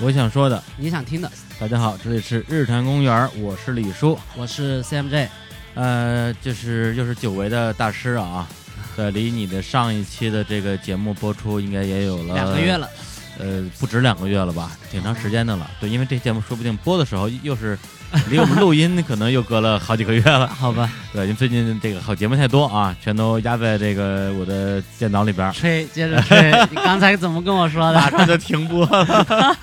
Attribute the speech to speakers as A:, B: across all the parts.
A: 我想说的。
B: 你想听的，
A: 大家好，这里是日坛公园，我是李叔。
B: 我是 CMJ，
A: 呃，就是又是久违的大师 啊，对，离你的上一期的这个节目播出应该也有了
B: 两个月，了，嗯
A: 呃，不止两个月了吧，挺长时间的了。对，因为这节目说不定播的时候又是离我们录音可能又隔了好几个月了。
B: 好吧，
A: 对，因为最近这个好节目太多啊，全都压在这个我的电脑里边儿，
B: 吹，接着 吹。你刚才怎么跟我 说
A: 马
B: 的？
A: 上就停播了。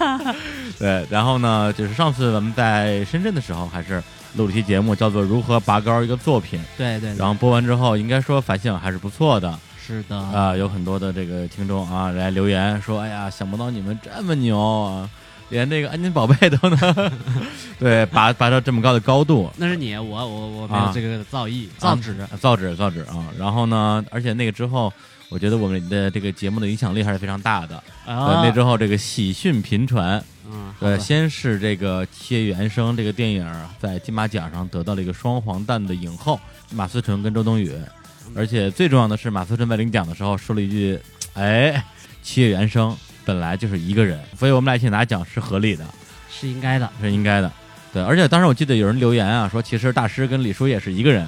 A: 对，然后呢，就是上次咱们在深圳的时候，还是录了一期节目，叫做《如何拔高一个作品》。
B: 对对，
A: 然后播完之后，应该说反响还是不错的
B: 是的，
A: 啊、有很多的这个听众啊来留言说：“哎呀，想不到你们这么牛啊，连这个安妮宝贝都能 对拔拔到这么高的高度。”
B: 那是你，我我我没有
A: 啊
B: 这个造诣，造纸
A: 啊，造纸，造纸啊！然后呢，而且那个之后，我觉得我们的这个节目的影响力还是非常大的。
B: 啊，
A: 对那之后，这个喜讯频传，
B: 嗯，好
A: 对，
B: 吧
A: 先是这个《七月与安生》这个电影儿啊在金马奖上得到了一个双黄蛋的影后，马思纯跟周冬雨，而且最重要的是，马思纯在领奖的时候说了一句：“哎，七月与安生本来就是一个人，所以我们俩一起拿奖是合理的，
B: 是应该的，
A: 是应该的。”对，而且当时我记得有人留言啊，说其实大师跟李叔也是一个 人，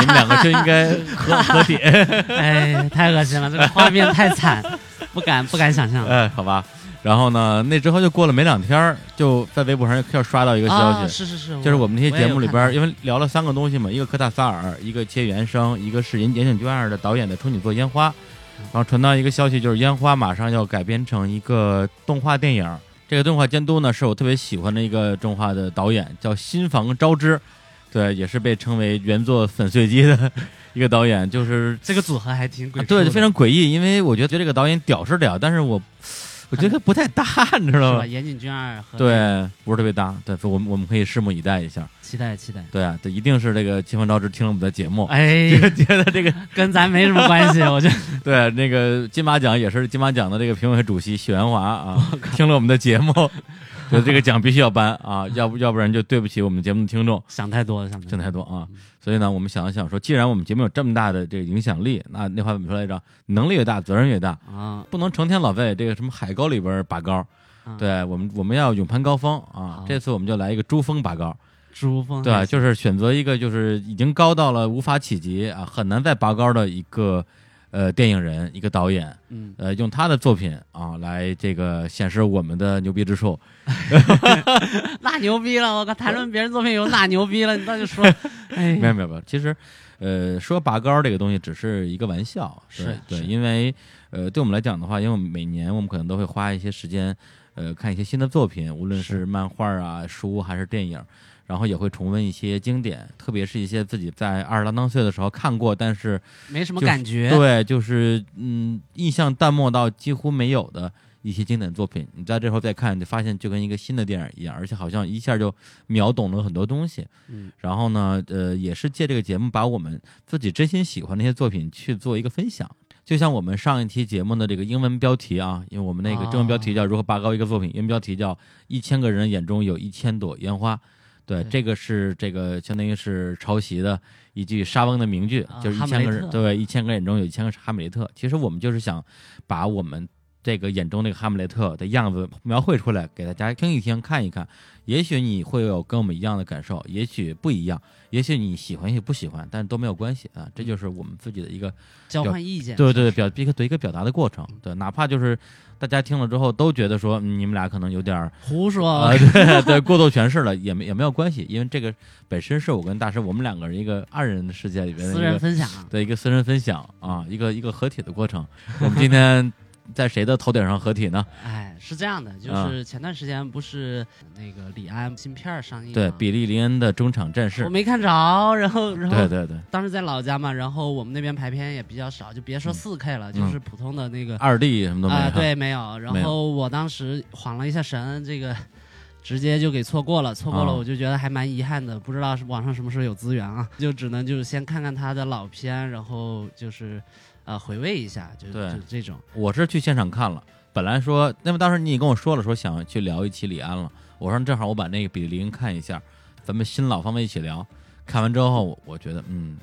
A: 你们两个就应该合合体。
B: 哎，太恶心了，这个画面太惨，不敢不敢想象。
A: 哎，好吧。然后呢，那之后就过了没两天儿，就在微博上又刷到一个消息，
B: 啊，是是是，
A: 就是我们那些节目里边
B: 我
A: 儿，
B: 也有看
A: 因为聊了三个东西嘛，一个科塔萨尔，一个切原声，一个是银井井俊二的导演的处女作《烟花》，
B: 嗯
A: 然后传到一个消息，就是《烟花》马上要改编成一个动画电影。这个动画监督呢，是我特别喜欢的一个动画的导演，叫新房昭之，对，也是被称为原作粉碎机的 一个导演，就是
B: 到这个组合还挺诡异，
A: 啊对，就非常诡异，因为我觉得这个导演屌是屌，但是我我觉得不太搭，你知道
B: 是
A: 吗
B: 吧？？岩井俊二和，
A: 呃对，不是特别搭，对，所以我们我们可以拭目以待一下。
B: 期待期待。
A: 对啊，这一定是这个秦风昭之听了我们的节 目，
B: 哎，
A: 哦 觉觉得这个
B: 跟咱没什么关系， 我觉得
A: 对那个金马奖也是金马奖的这个评委主席许鞍华 啊，
B: 哦
A: 听了我们的节目，觉得这个奖必须要颁啊，要不要不然就对不起我们节目的听众，
B: 想太多了，想太多
A: 听
B: 了。
A: 太多啊。所以呢，我们想了想说，既然我们节目有这么大的这个影响力，那那话怎么说来着？能力越大，责任越大，
B: 啊，
A: 不能成天老在这个什么海沟里边拔高
B: 啊。
A: 对我们，我们要勇攀高峰啊
B: 好！
A: 这次我们就来一个珠峰拔高。
B: 珠峰
A: 对，啊
B: 还行
A: 就是选择一个就是已经高到了无法企及啊，很难再拔高的一个呃电影人，一个导演，
B: 嗯，
A: 呃，用他的作品啊来这个显示我们的牛逼之处。
B: 那牛逼了！我靠，谈论别人作品有那牛逼了？你 倒是说，哎
A: 没，有没有没有，其实呃说拔高这个东西只是一个玩笑，对
B: 是
A: 对，
B: 是
A: 因为呃对我们来讲的话，因为我们每年我们可能都会花一些时间呃看一些新的作品，无论是漫画啊、书还是电影。然后也会重温一些经典，特别是一些自己在二十郎当岁的时候看过，但是
B: 没什么
A: 就是
B: 感觉。
A: 对，就是嗯，印象淡漠到几乎没有的一些经典作品，你在这后再看，你发现就跟一个新的电影一样，而且好像一下就秒懂了很多东西。
B: 嗯，
A: 然后呢，呃，也是借这个节目把我们自己真心喜欢那些作品去做一个分享。就像我们上一期节目的这个英文标题啊，因为我们那个中文标题叫“如何拔高一个作品”，英文标题叫“一千个人眼中有一千朵烟花”。对，
B: 对
A: 这个是这个相当于是抄袭的一句莎翁的名句，
B: 啊
A: 就是一
B: 哈姆
A: 千个
B: 雷
A: 人
B: 特
A: 对一千个人眼中有一千个是哈姆雷特。其实我们就是想把我们这个眼中那个哈姆雷特的样子描绘出来，给大家听一听、看一看。也许你会有跟我们一样的感受，也许不一样，也许你喜欢，也许不喜欢，但都没有关系啊。这就是我们自己的一个
B: 交换意见。
A: 对对表一个对一个表达的过程。对，哪怕就是大家听了之后都觉得说、嗯你们俩可能有点儿
B: 胡说
A: 啊，， 对对，过度诠释了也没也没有关系，因为这个本身是我跟大师我们两个人一个二人的世界里边的
B: 私
A: 一
B: 人
A: 个
B: 分享。啊
A: 的一个私人分享啊，一个一个合体的过程。我们今天在谁的头顶上合体呢？
B: 哎，是这样的，
A: 啊
B: 就是前段时间不是那个李安新片儿上映吗，
A: 对，比利林恩的中场战
B: 我
A: 士。
B: 没看着，然后然
A: 对
B: 后
A: 对对，
B: 当时在老家嘛，然后我们那边排片也比较少，就
A: 嗯
B: 别说四 K 了，就是普通的那个
A: 二 D 什么都没
B: 啊，
A: 有。
B: 对，没有。
A: 没
B: 然
A: 有
B: 后我当时晃了一下神，这个 直接就给错过了，错过了
A: 哦
B: 我就觉得还蛮遗憾的，不知道是网上什么时候有资源啊，就只能就是先看看他的老片，然后就是呃回味一下，就
A: 对
B: 就这种。
A: 我是去现场看了。本来说，那么当时你也跟我说了，说想去聊一期李安了。我说正好我把那个比利林恩看一下，咱们新老方面一起聊。看完之后，我我觉得嗯，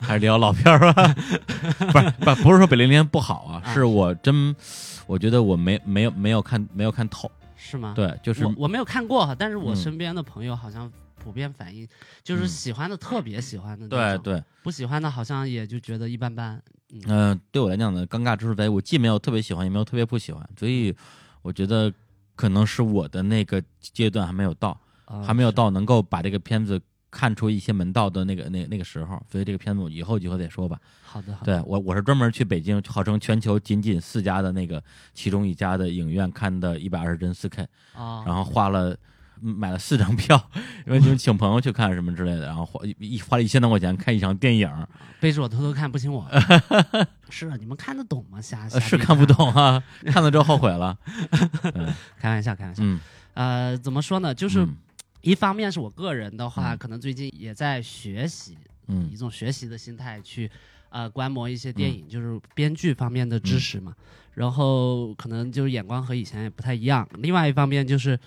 A: 还是聊老片儿吧。 不是不不是说比利林恩不好啊，
B: 啊
A: 是我真我觉得我没没有没有看没有看透。
B: 是吗？，
A: 对，就是
B: 啊我我没有看过哈，但是我
A: 嗯
B: 身边的朋友好像普遍反映，就是
A: 嗯
B: 喜欢的特别喜欢的那
A: 对
B: 种，
A: 对，
B: 不喜欢的好像也就觉得一般般。嗯，
A: 嗯、对我来讲呢，尴尬之处在于我既没有特别喜欢，也没有特别不喜欢，所以我觉得可能是我的那个阶段还没有到，
B: 啊
A: 还没有
B: 是
A: 到能够把这个片子看出一些门道的那个那那个时候，所以这个片子我以后以后再说吧。
B: 好的，好的，
A: 对我我是专门去北京，号称全球仅仅四家的那个其中一家的影院看的一百二十帧四 K，
B: 啊，
A: 然后花了。嗯买了四张票， 因为你们请朋友去看什么之类的，然后花一花了一千多块钱看一场电影，
B: 背着我偷偷看，不 行我。是啊，你们看得懂吗？瞎瞎
A: 呃是
B: 逼
A: 看不，懂啊，看了之后后悔 了。
B: 开玩笑，开玩笑。
A: 嗯，
B: 呃，怎么说呢？就是
A: 嗯
B: 一方面是我个人的话，
A: 嗯
B: 可能最近也在学习，以一
A: 嗯
B: 种学习的心态去呃观摩一些电影，就是编剧方面的知识嘛。
A: 嗯
B: 然后可能就是眼光和以前也不太一样。另外一方面就是，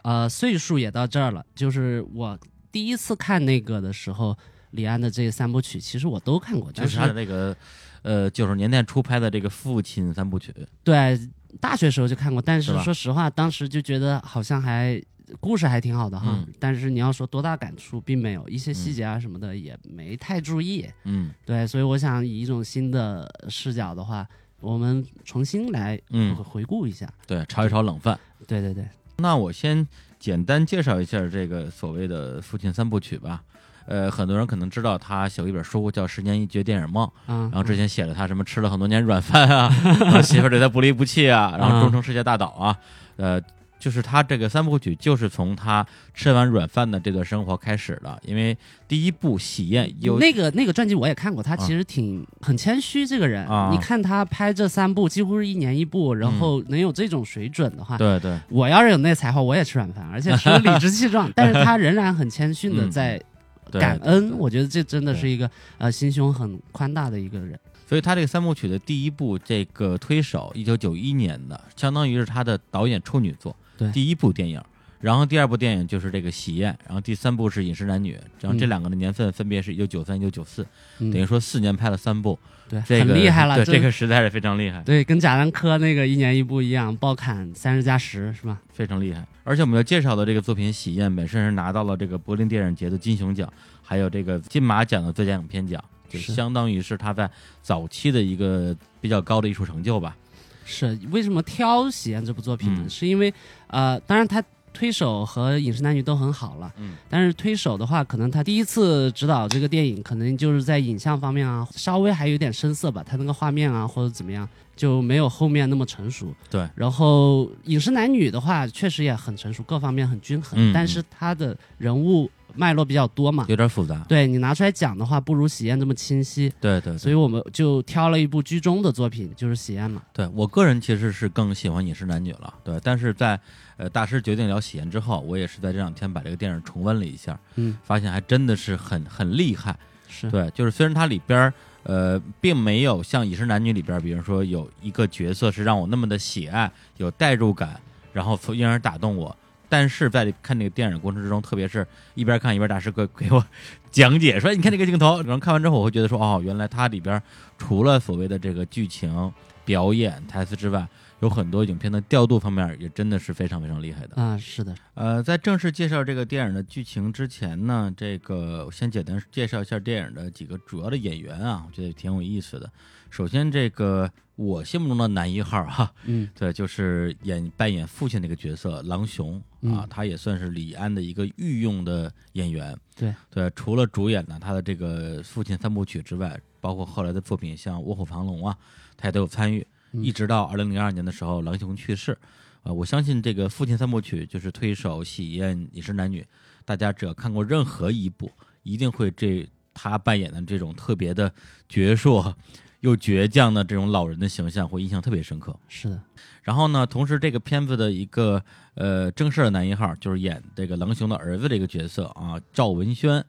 B: 呃，岁数也到这儿了，就是我第一次看那个的时候。李安的这三部曲，其实我都看过，
A: 就
B: 就是是
A: 他的那个呃九十年代初拍的这个《父亲》三部曲，
B: 对大学时候就看过，但
A: 是
B: 是
A: 吧
B: 说实话，当时就觉得好像还故事还挺好的哈。
A: 嗯
B: 但是你要说多大感触，并没有，一些细节啊什么的也没太注意。
A: 嗯
B: 对，所以我想以一种新的视角的话，我们重新来
A: 嗯，
B: 回顾一下。
A: 对，炒一炒冷饭。
B: 对对对，
A: 那我先简单介绍一下这个所谓的《父亲三部曲》吧。呃，很多人可能知道他写过一本书叫《十年一觉电影梦》，
B: 嗯，
A: 然后之前写了他什么吃了很多年软饭啊， 然后媳妇儿对他不离不弃啊，然后终成世界大导啊，呃，就是他这个三部曲就是从他吃完软饭的这段生活开始的，因为第一部《喜宴》有
B: 那个那个传记我也看过，他其实挺、很谦虚这个人。
A: 啊
B: 你看他拍这三部，几乎是一年一部，然后能有这种水准的话，
A: 对对，
B: 我要是有那才华，我也吃软饭，而且吃得理直 气壮。但是他仍然很谦逊的
A: 嗯
B: 在
A: 对
B: 感
A: 对
B: 恩，
A: 对
B: 我觉得这真的
A: 对
B: 是一个呃心胸很宽大的一个人。
A: 所以他这个三部曲的第一部这个推手，一九九一年的，相当于是他的导演处女作，
B: 对
A: 第一部电影。然后第二部电影就是这个《喜宴》，然后第三部是《饮食男女》，然后这
B: 嗯
A: 两个的年份分别是一九九三、一九九四，
B: 嗯，
A: 等于说四年拍了三部，
B: 对，
A: 这个
B: 很厉害了。
A: 对，
B: 这
A: 这个实在是非常厉害，
B: 对，跟贾樟柯那个一年一部一样，爆砍三十加十是吧？
A: 非常厉害。而且我们要介绍的这个作品《喜宴》本身是拿到了这个柏林电影节的金熊奖，还有这个金马奖的最佳影片奖，就是相当于是他在早期的一个比较高的艺术成就吧。
B: 是为什么挑《喜宴》这部作品呢？
A: 嗯
B: 是因为呃，当然他推手和《饮食男女》都很好了，
A: 嗯，
B: 但是推手的话，可能他第一次执导这个电影，可能就是在影像方面啊，稍微还有点生涩吧，他那个画面啊或者怎么样，就没有后面那么成熟。
A: 对，
B: 然后《饮食男女》的话，确实也很成熟，各方面很均衡，
A: 嗯
B: 但
A: 嗯
B: 是他的人物脉络比较多嘛。
A: 有点复杂。
B: 对你拿出来讲的话，不如《喜宴》这么清晰。
A: 对对对，
B: 所以我们就挑了一部居中的作品，就是《喜宴》嘛。
A: 对我个人其实是更喜欢《饮食男女》了，对。但是在呃大师决定聊《喜宴》之后，我也是在这两天把这个电影重温了一下，
B: 嗯，
A: 发现还真的是很很厉害。
B: 是
A: 对，就是虽然它里边儿呃并没有像《饮食男女》里边儿，比如说有一个角色是让我那么的喜爱，有代入感，然后从因而打动我。但是在看这个电影过程之中，特别是一边看一边大师给给我 讲解说，你看这个镜头，然后看完之后，我会觉得说，哦，原来它里边除了所谓的这个剧情、表演、台词之外，有很多影片的调度方面也真的是非常非常厉害的。
B: 啊、是的，
A: 呃，在正式介绍这个电影的剧情之前呢，这个我先简单介绍一下电影的几个主要的演员啊，我觉得挺有意思的。首先，这个我心目中的男一号啊哈、
B: 嗯，
A: 对，就是演扮演父亲那个角色狼雄啊，
B: 嗯
A: 他也算是李安的一个御用的演员。
B: 对
A: 对，除了主演呢他的这个父亲三部曲之外，包括后来的作品像《卧虎藏龙》啊，他也都有参与。
B: 嗯
A: 一直到二零零二年的时候，狼雄去世。啊，我相信这个《父亲三部曲》就是推手《喜宴》《饮食男女》，大家只要看过任何一部，一定会这他扮演的这种特别的矍铄又倔强的这种老人的形象会印象特别深刻。
B: 是的，
A: 然后呢，同时这个片子的一个呃正式的男一号就是演这个狼雄的儿子这个角色啊，赵文轩。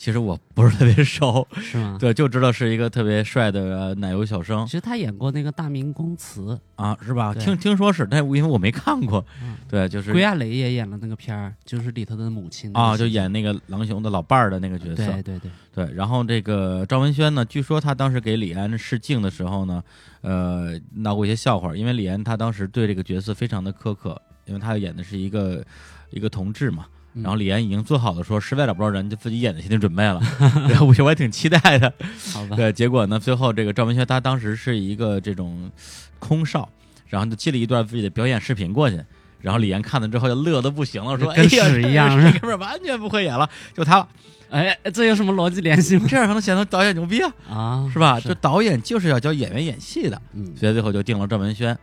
A: 其实我不是特别熟，
B: 是吗？
A: 对，就知道是一个特别帅的呃奶油小生
B: 其实他演过那个《大明宫词
A: 啊，是吧？
B: 对
A: 听听说是，但因为我没看过
B: 嗯，
A: 对，就》，是
B: 归亚蕾也演了那个片儿，就是里头的母亲
A: 啊，就演那个狼雄的老伴儿的那个角色，
B: 对对对，
A: 对，然后这个赵文轩呢，据说他当时给李安试镜的时候呢，呃，闹过一些笑话，因为李安他当时对这个角色非常的苛刻，因为他演的是一个一个同志嘛。
B: 嗯
A: 然后李岩已经做好了说实在找不着人就自己演的心理准备了， 然后我我还挺期待 的。
B: 好吧，
A: 对，结果呢，最后这个赵文轩他当时是一个这种空少，然后就寄了一段自己的表演视频过去，然后李岩看了之后就乐的不行了，说
B: 跟屎一样
A: 哎呀，这哥们儿完全不会演了，就他了，
B: 哎，这有什么逻辑联系吗？
A: 这样才能显得导演牛逼啊，
B: 啊，
A: 是吧？
B: 是
A: 就导演就是要教演员演戏的，
B: 嗯，
A: 所以最后就定了赵文轩。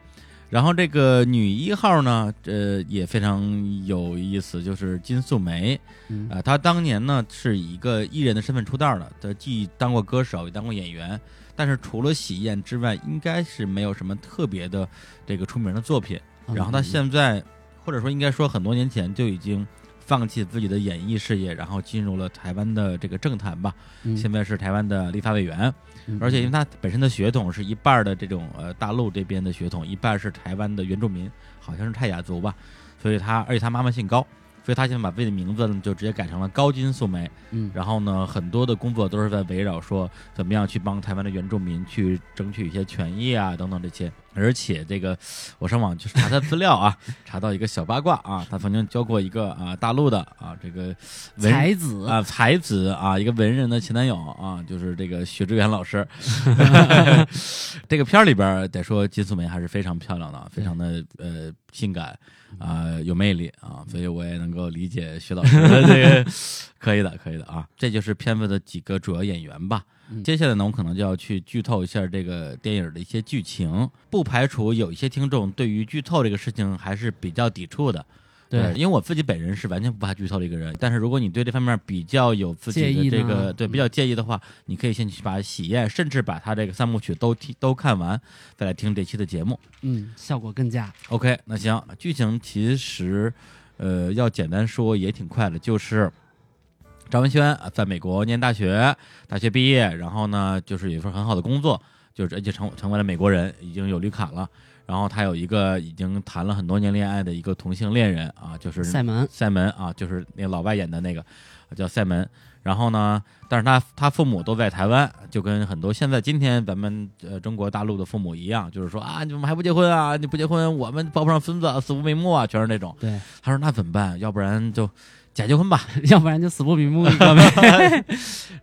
A: 然后这个女一号呢，呃，也非常有意思，就是金素梅，
B: 嗯
A: 啊，他当年呢是以一个艺人的身份出道的，他既当过歌手，也当过演员，但是除了喜宴之外，应该是没有什么特别的这个出名的作品。
B: 哦嗯
A: 然后他现在，或者说应该说很多年前就已经放弃自己的演艺事业，然后进入了台湾的这个政坛吧，
B: 嗯
A: 现在是台湾的立法委员，
B: 嗯
A: 而且因为他本身的血统是一半儿的这种呃大陆这边的血统，一半儿是台湾的原住民，好像是泰雅族吧，所以他而且他妈妈姓高，所以他现在把自己的名字呢就直接改成了高金素梅。
B: 嗯
A: 然后呢，很多的工作都是在围绕说怎么样去帮台湾的原住民去争取一些权益啊等等这些。而且这个我上网去查他资料啊， 查到一个小八卦啊，他曾经交过一个啊大陆的啊这个文
B: 才子
A: 啊，才子啊，一个文人的前男友啊，就是这个许志远老师。这个片儿里边儿得说金素梅还是非常漂亮的啊，非常的呃性感啊、有魅力啊，所以我也能够理解徐老师的这个可以的，可以的啊。这就是片子的几个主要演员吧。接下来呢，我可能就要去剧透一下这个电影的一些剧情，不排除有一些听众对于剧透这个事情还是比较抵触的。对，
B: 对
A: 因为我自己本人是完全不怕剧透的一个人，但是如果你对这方面比较有自己
B: 介
A: 的
B: 意
A: 这
B: 呢嗯
A: 个对比较介意的话，你可以先去把《喜宴》甚至把他这个三部曲都听都看完，再来听这期的节目。
B: 嗯效果更佳，
A: OK，那行，剧情其实呃要简单说也挺快的，就是。张文轩啊，在美国念大学，大学毕业，然后呢，就是有一份很好的工作，就是而且成成为了美国人，已经有绿卡了。然后他有一个已经谈了很多年恋爱的一个同性恋人啊，就是
B: 塞门
A: 塞门啊，就是那个老外演的那个叫塞门。然后呢，但是他他父母都在台湾，就跟很多现在今天咱们呃中国大陆的父母一样，就是说啊，你怎么还不结婚啊？你不结婚，我们抱不上孙子，死不瞑目啊，全是那种。
B: 对，
A: 他说那怎么办？要不然就假结婚吧，
B: 要不然就死不瞑目一 个呗。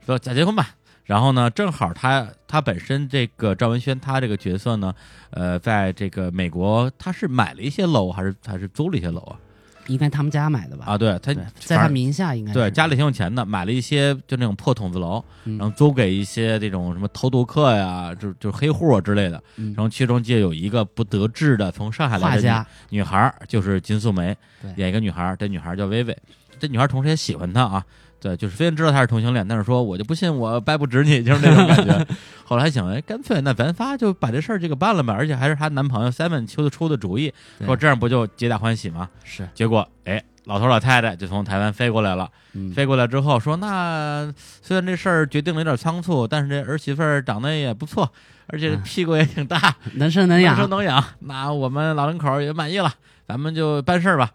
A: 说假结婚吧。然后呢，正好他他本身这个赵文轩他这个角色呢，呃，在这个美国他是买了一些楼还是还是租了一些楼啊？
B: 应该他们家买的吧？
A: 啊，对他
B: 对，在
A: 反
B: 他
A: 正
B: 名下应该
A: 对，
B: 哎是
A: 家里挺有钱的，买了一些就那种破筒子楼，
B: 嗯
A: 然后租给一些这种什么投毒客呀，就就是黑户啊之类的。
B: 嗯
A: 然后其中就有一个不得志的从上海来
B: 画
A: 的
B: 家，
A: 女女孩儿，就是金素梅
B: 对，
A: 演一个女孩儿，这女孩儿叫薇薇，这女孩儿同时也喜欢他啊。对，就是虽然知道他是同性恋，但是说我就不信我掰不直你，就是那种感 觉。后来想，哎，干脆那咱仨就把这事儿这个办了吧，而且还是她男朋友 Simon 出的出的主意，
B: 对
A: 说这样不就皆大欢喜吗？
B: 是
A: 结果，哎，老头老太太就从台湾飞过来了。
B: 嗯
A: 飞过来之后说：“那虽然这事儿决定的有点仓促，但是这儿媳妇儿长得也不错，而且
B: 嗯
A: 屁股也挺大，
B: 能生能
A: 能
B: 养
A: 生，能养。那我们老两口也满意了，咱们就办事儿吧。”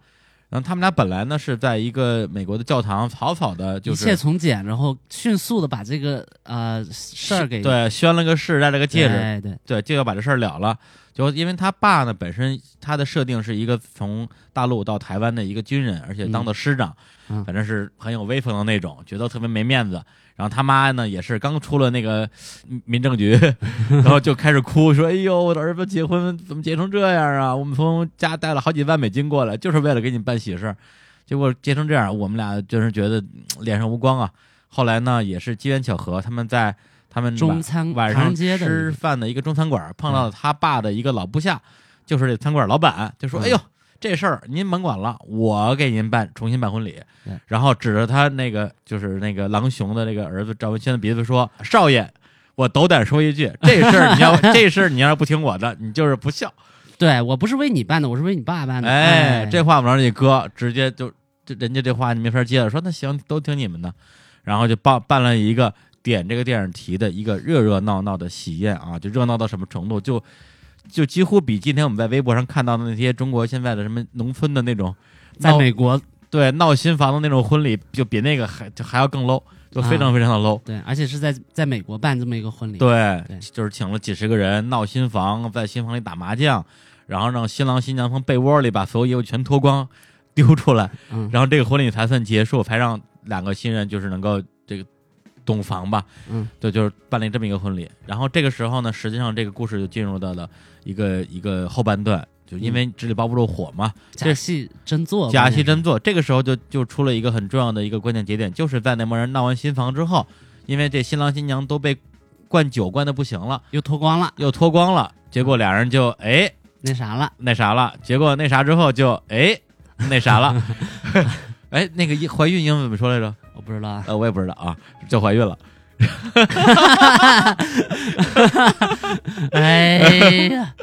A: 然后他们俩本来呢是在一个美国的教堂草草的，就
B: 一切
A: 是
B: 从简，然后迅速的把这个呃事儿给哎
A: 对嗯宣了个誓，戴了个戒指，
B: 对对
A: 对，就要把这事儿了了。就因为他爸呢，本身他的设定是一个从大陆到台湾的一个军人，而且当的师长，
B: 嗯
A: 反正是很有威风的那种，觉得特别没面子。然后他妈呢，也是刚出了那个嗯民政 局，然后就开始哭，说：“哎呦，我的儿子结婚怎么结成这样啊？我们从家带了好几万美金过来，就是为了给你办喜事儿，结果结成这样，我们俩就是觉得嗯脸上无光啊。”后来呢，也是机缘巧合，他们在他们晚
B: 中餐
A: 晚
B: 唐
A: 上
B: 人街的一
A: 吃
B: 个
A: 饭的一个中餐馆，碰到了他爸的一个老部下，就是这餐馆老板，就说：“
B: 嗯
A: 哎呦，这事儿您甭管了，我给您办重新办婚礼。
B: 对”
A: 然后指着他那个就是那个狼熊的那个儿子赵文轩的鼻子说：“少爷，我斗胆说一句，这事儿你 要这事儿你要是不听我的，你就是不孝。
B: 对我不是为你办的，我是为你爸办”的。
A: 哎
B: 哎，，
A: 这话往那儿一搁，直接就这人家这话你没法接了，说那行都听你们的，然后就办办了一个点这个电影题的一个热热闹闹的喜宴啊，就热闹到什么程度，就就几乎比今天我们在微博上看到的那些中国现在的什么农村的那种
B: 在
A: 闹
B: 美国
A: 对闹新房的那种婚礼，就比那个还就还要更 low，就非常非常的 low。
B: 对，而且是在在美国办这么一个婚礼。
A: 对
B: 对
A: 就是请了几十个人闹新房，在新房里打麻将，然后让新郎新娘从被窝里把所有衣服全脱光丢出来，
B: 嗯
A: 然后这个婚礼才算结束，才让两个新人就是能够这个洞房吧，
B: 嗯，
A: 对，就是办了这么一个婚礼。然后这个时候呢，实际上这个故事就进入到了一个一个后半段，就因为纸里包不住火嘛，
B: 假戏真做，
A: 假戏真做。这个时候就就出了一个很重要的一个关键节点，就是在那帮人闹完新房之后，因为这新郎新娘都被灌酒灌的不行了，
B: 又脱光了，
A: 又脱光了，结果俩人就哎
B: 那啥了，
A: 那啥了，结果那啥之后就哎那啥了，哎那个一怀孕英文怎么说来着？
B: 我不 知道啊，
A: 呃，我也不知道啊，就怀孕了。
B: 哎呀，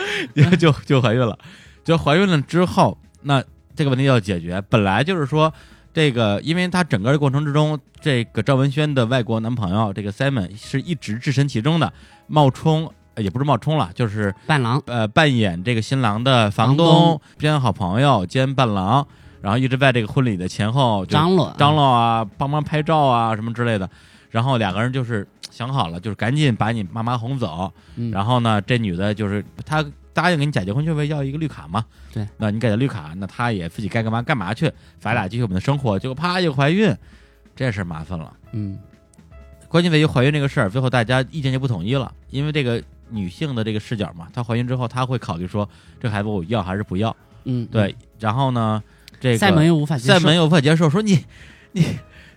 A: 就就怀孕了，就怀孕了之后，那这个问题要解决。本来就是说，这个因为她整个过程之中，这个赵文轩的外国男朋友这个 Simon 是一直置身其中的，冒充呃也不是冒充了，就是
B: 伴郎，
A: 呃扮演这个新郎的房
B: 房东
A: 兼好朋友兼伴郎，然后一直在这个婚礼的前后就
B: 张罗啊，
A: 张罗啊，帮忙拍照啊什么之类的。然后两个人就是想好了，就是赶紧把你妈妈哄走。
B: 嗯
A: 然后呢，这女的就是她答应给你假结婚就为要一个绿卡嘛。
B: 对，
A: 那你给她绿卡，那她也自己该干嘛干嘛去，咱俩继续我们的生活。结果啪一怀孕，这事儿麻烦了。
B: 嗯
A: 关键在于怀孕这个事儿，最后大家意见就不统一了，因为这个女性的这个视角嘛，她怀孕之后，她会考虑说这孩子我要还是不要。
B: 嗯，
A: 对，然后呢，这个
B: 嗯，赛门又无法接
A: 再
B: 受，
A: 没有办法接受，说你你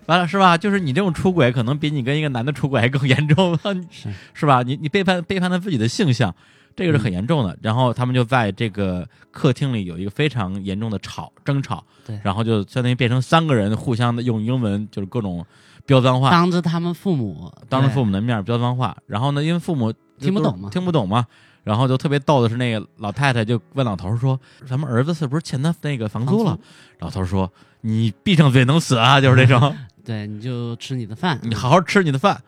A: 完了是吧？就是你这种出轨，可能比你跟一个男的出轨还更严重，
B: 是
A: 是吧？你你背叛背叛了自己的性向，这个是
B: 嗯
A: 很严重的。然后他们就在这个客厅里有一个非常严重的吵争吵，
B: 对
A: 然后就相当于变成三个人互相的用英文就是各种飙脏话，
B: 当着他们父母，
A: 当着父
B: 母，
A: 母的面飙脏话。然后呢，因为父母
B: 听不懂嘛
A: 听不懂嘛。然后就特别逗的是，那个老太太就问老头儿说：“咱们儿子是不是欠他那个房租了？”老头儿说：“你闭上嘴能死啊！”就是这种，
B: 对，你就吃你的饭，
A: 你好好吃你的饭。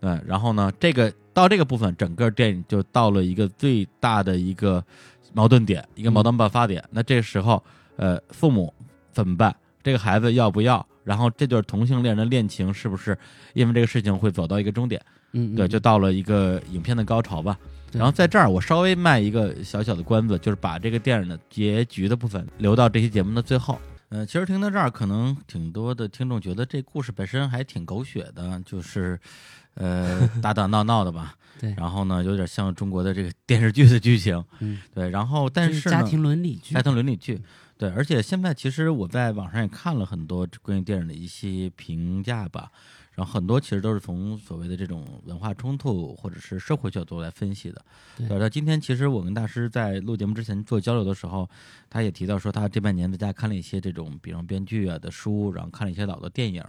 A: 对，然后呢，这个到这个部分，整个电影就到了一个最大的一个矛盾点，一个矛盾爆发点。那这时候，呃，父母怎么办？这个孩子要不要？然后这对同性恋人的恋情是不是因为这个事情会走到一个终点？
B: 嗯，嗯
A: 对，就到了一个影片的高潮吧。
B: 对
A: 然后在这儿，我稍微卖一个小小的关子，就是把这个电影的结局的部分留到这期节目的最后。嗯、其实听到这儿，可能挺多的听众觉得这故事本身还挺狗血的，就是 呃打打闹闹的吧。
B: 对
A: 然后呢，有点像中国的这个电视剧的剧情。
B: 嗯，
A: 对，然后
B: 就
A: 但是
B: 家
A: 呢，
B: 庭伦理剧嗯
A: 家，庭伦理剧。对，而且现在其实我在网上也看了很多关于电影的一些评价吧，然后很多其实都是从所谓的这种文化冲突或者是社会角度来分析的。
B: 对
A: 到今天其实我跟大师在录节目之前做交流的时候，他也提到说他这半年在家看了一些这种，比方编剧啊的书，然后看了一些老的电影，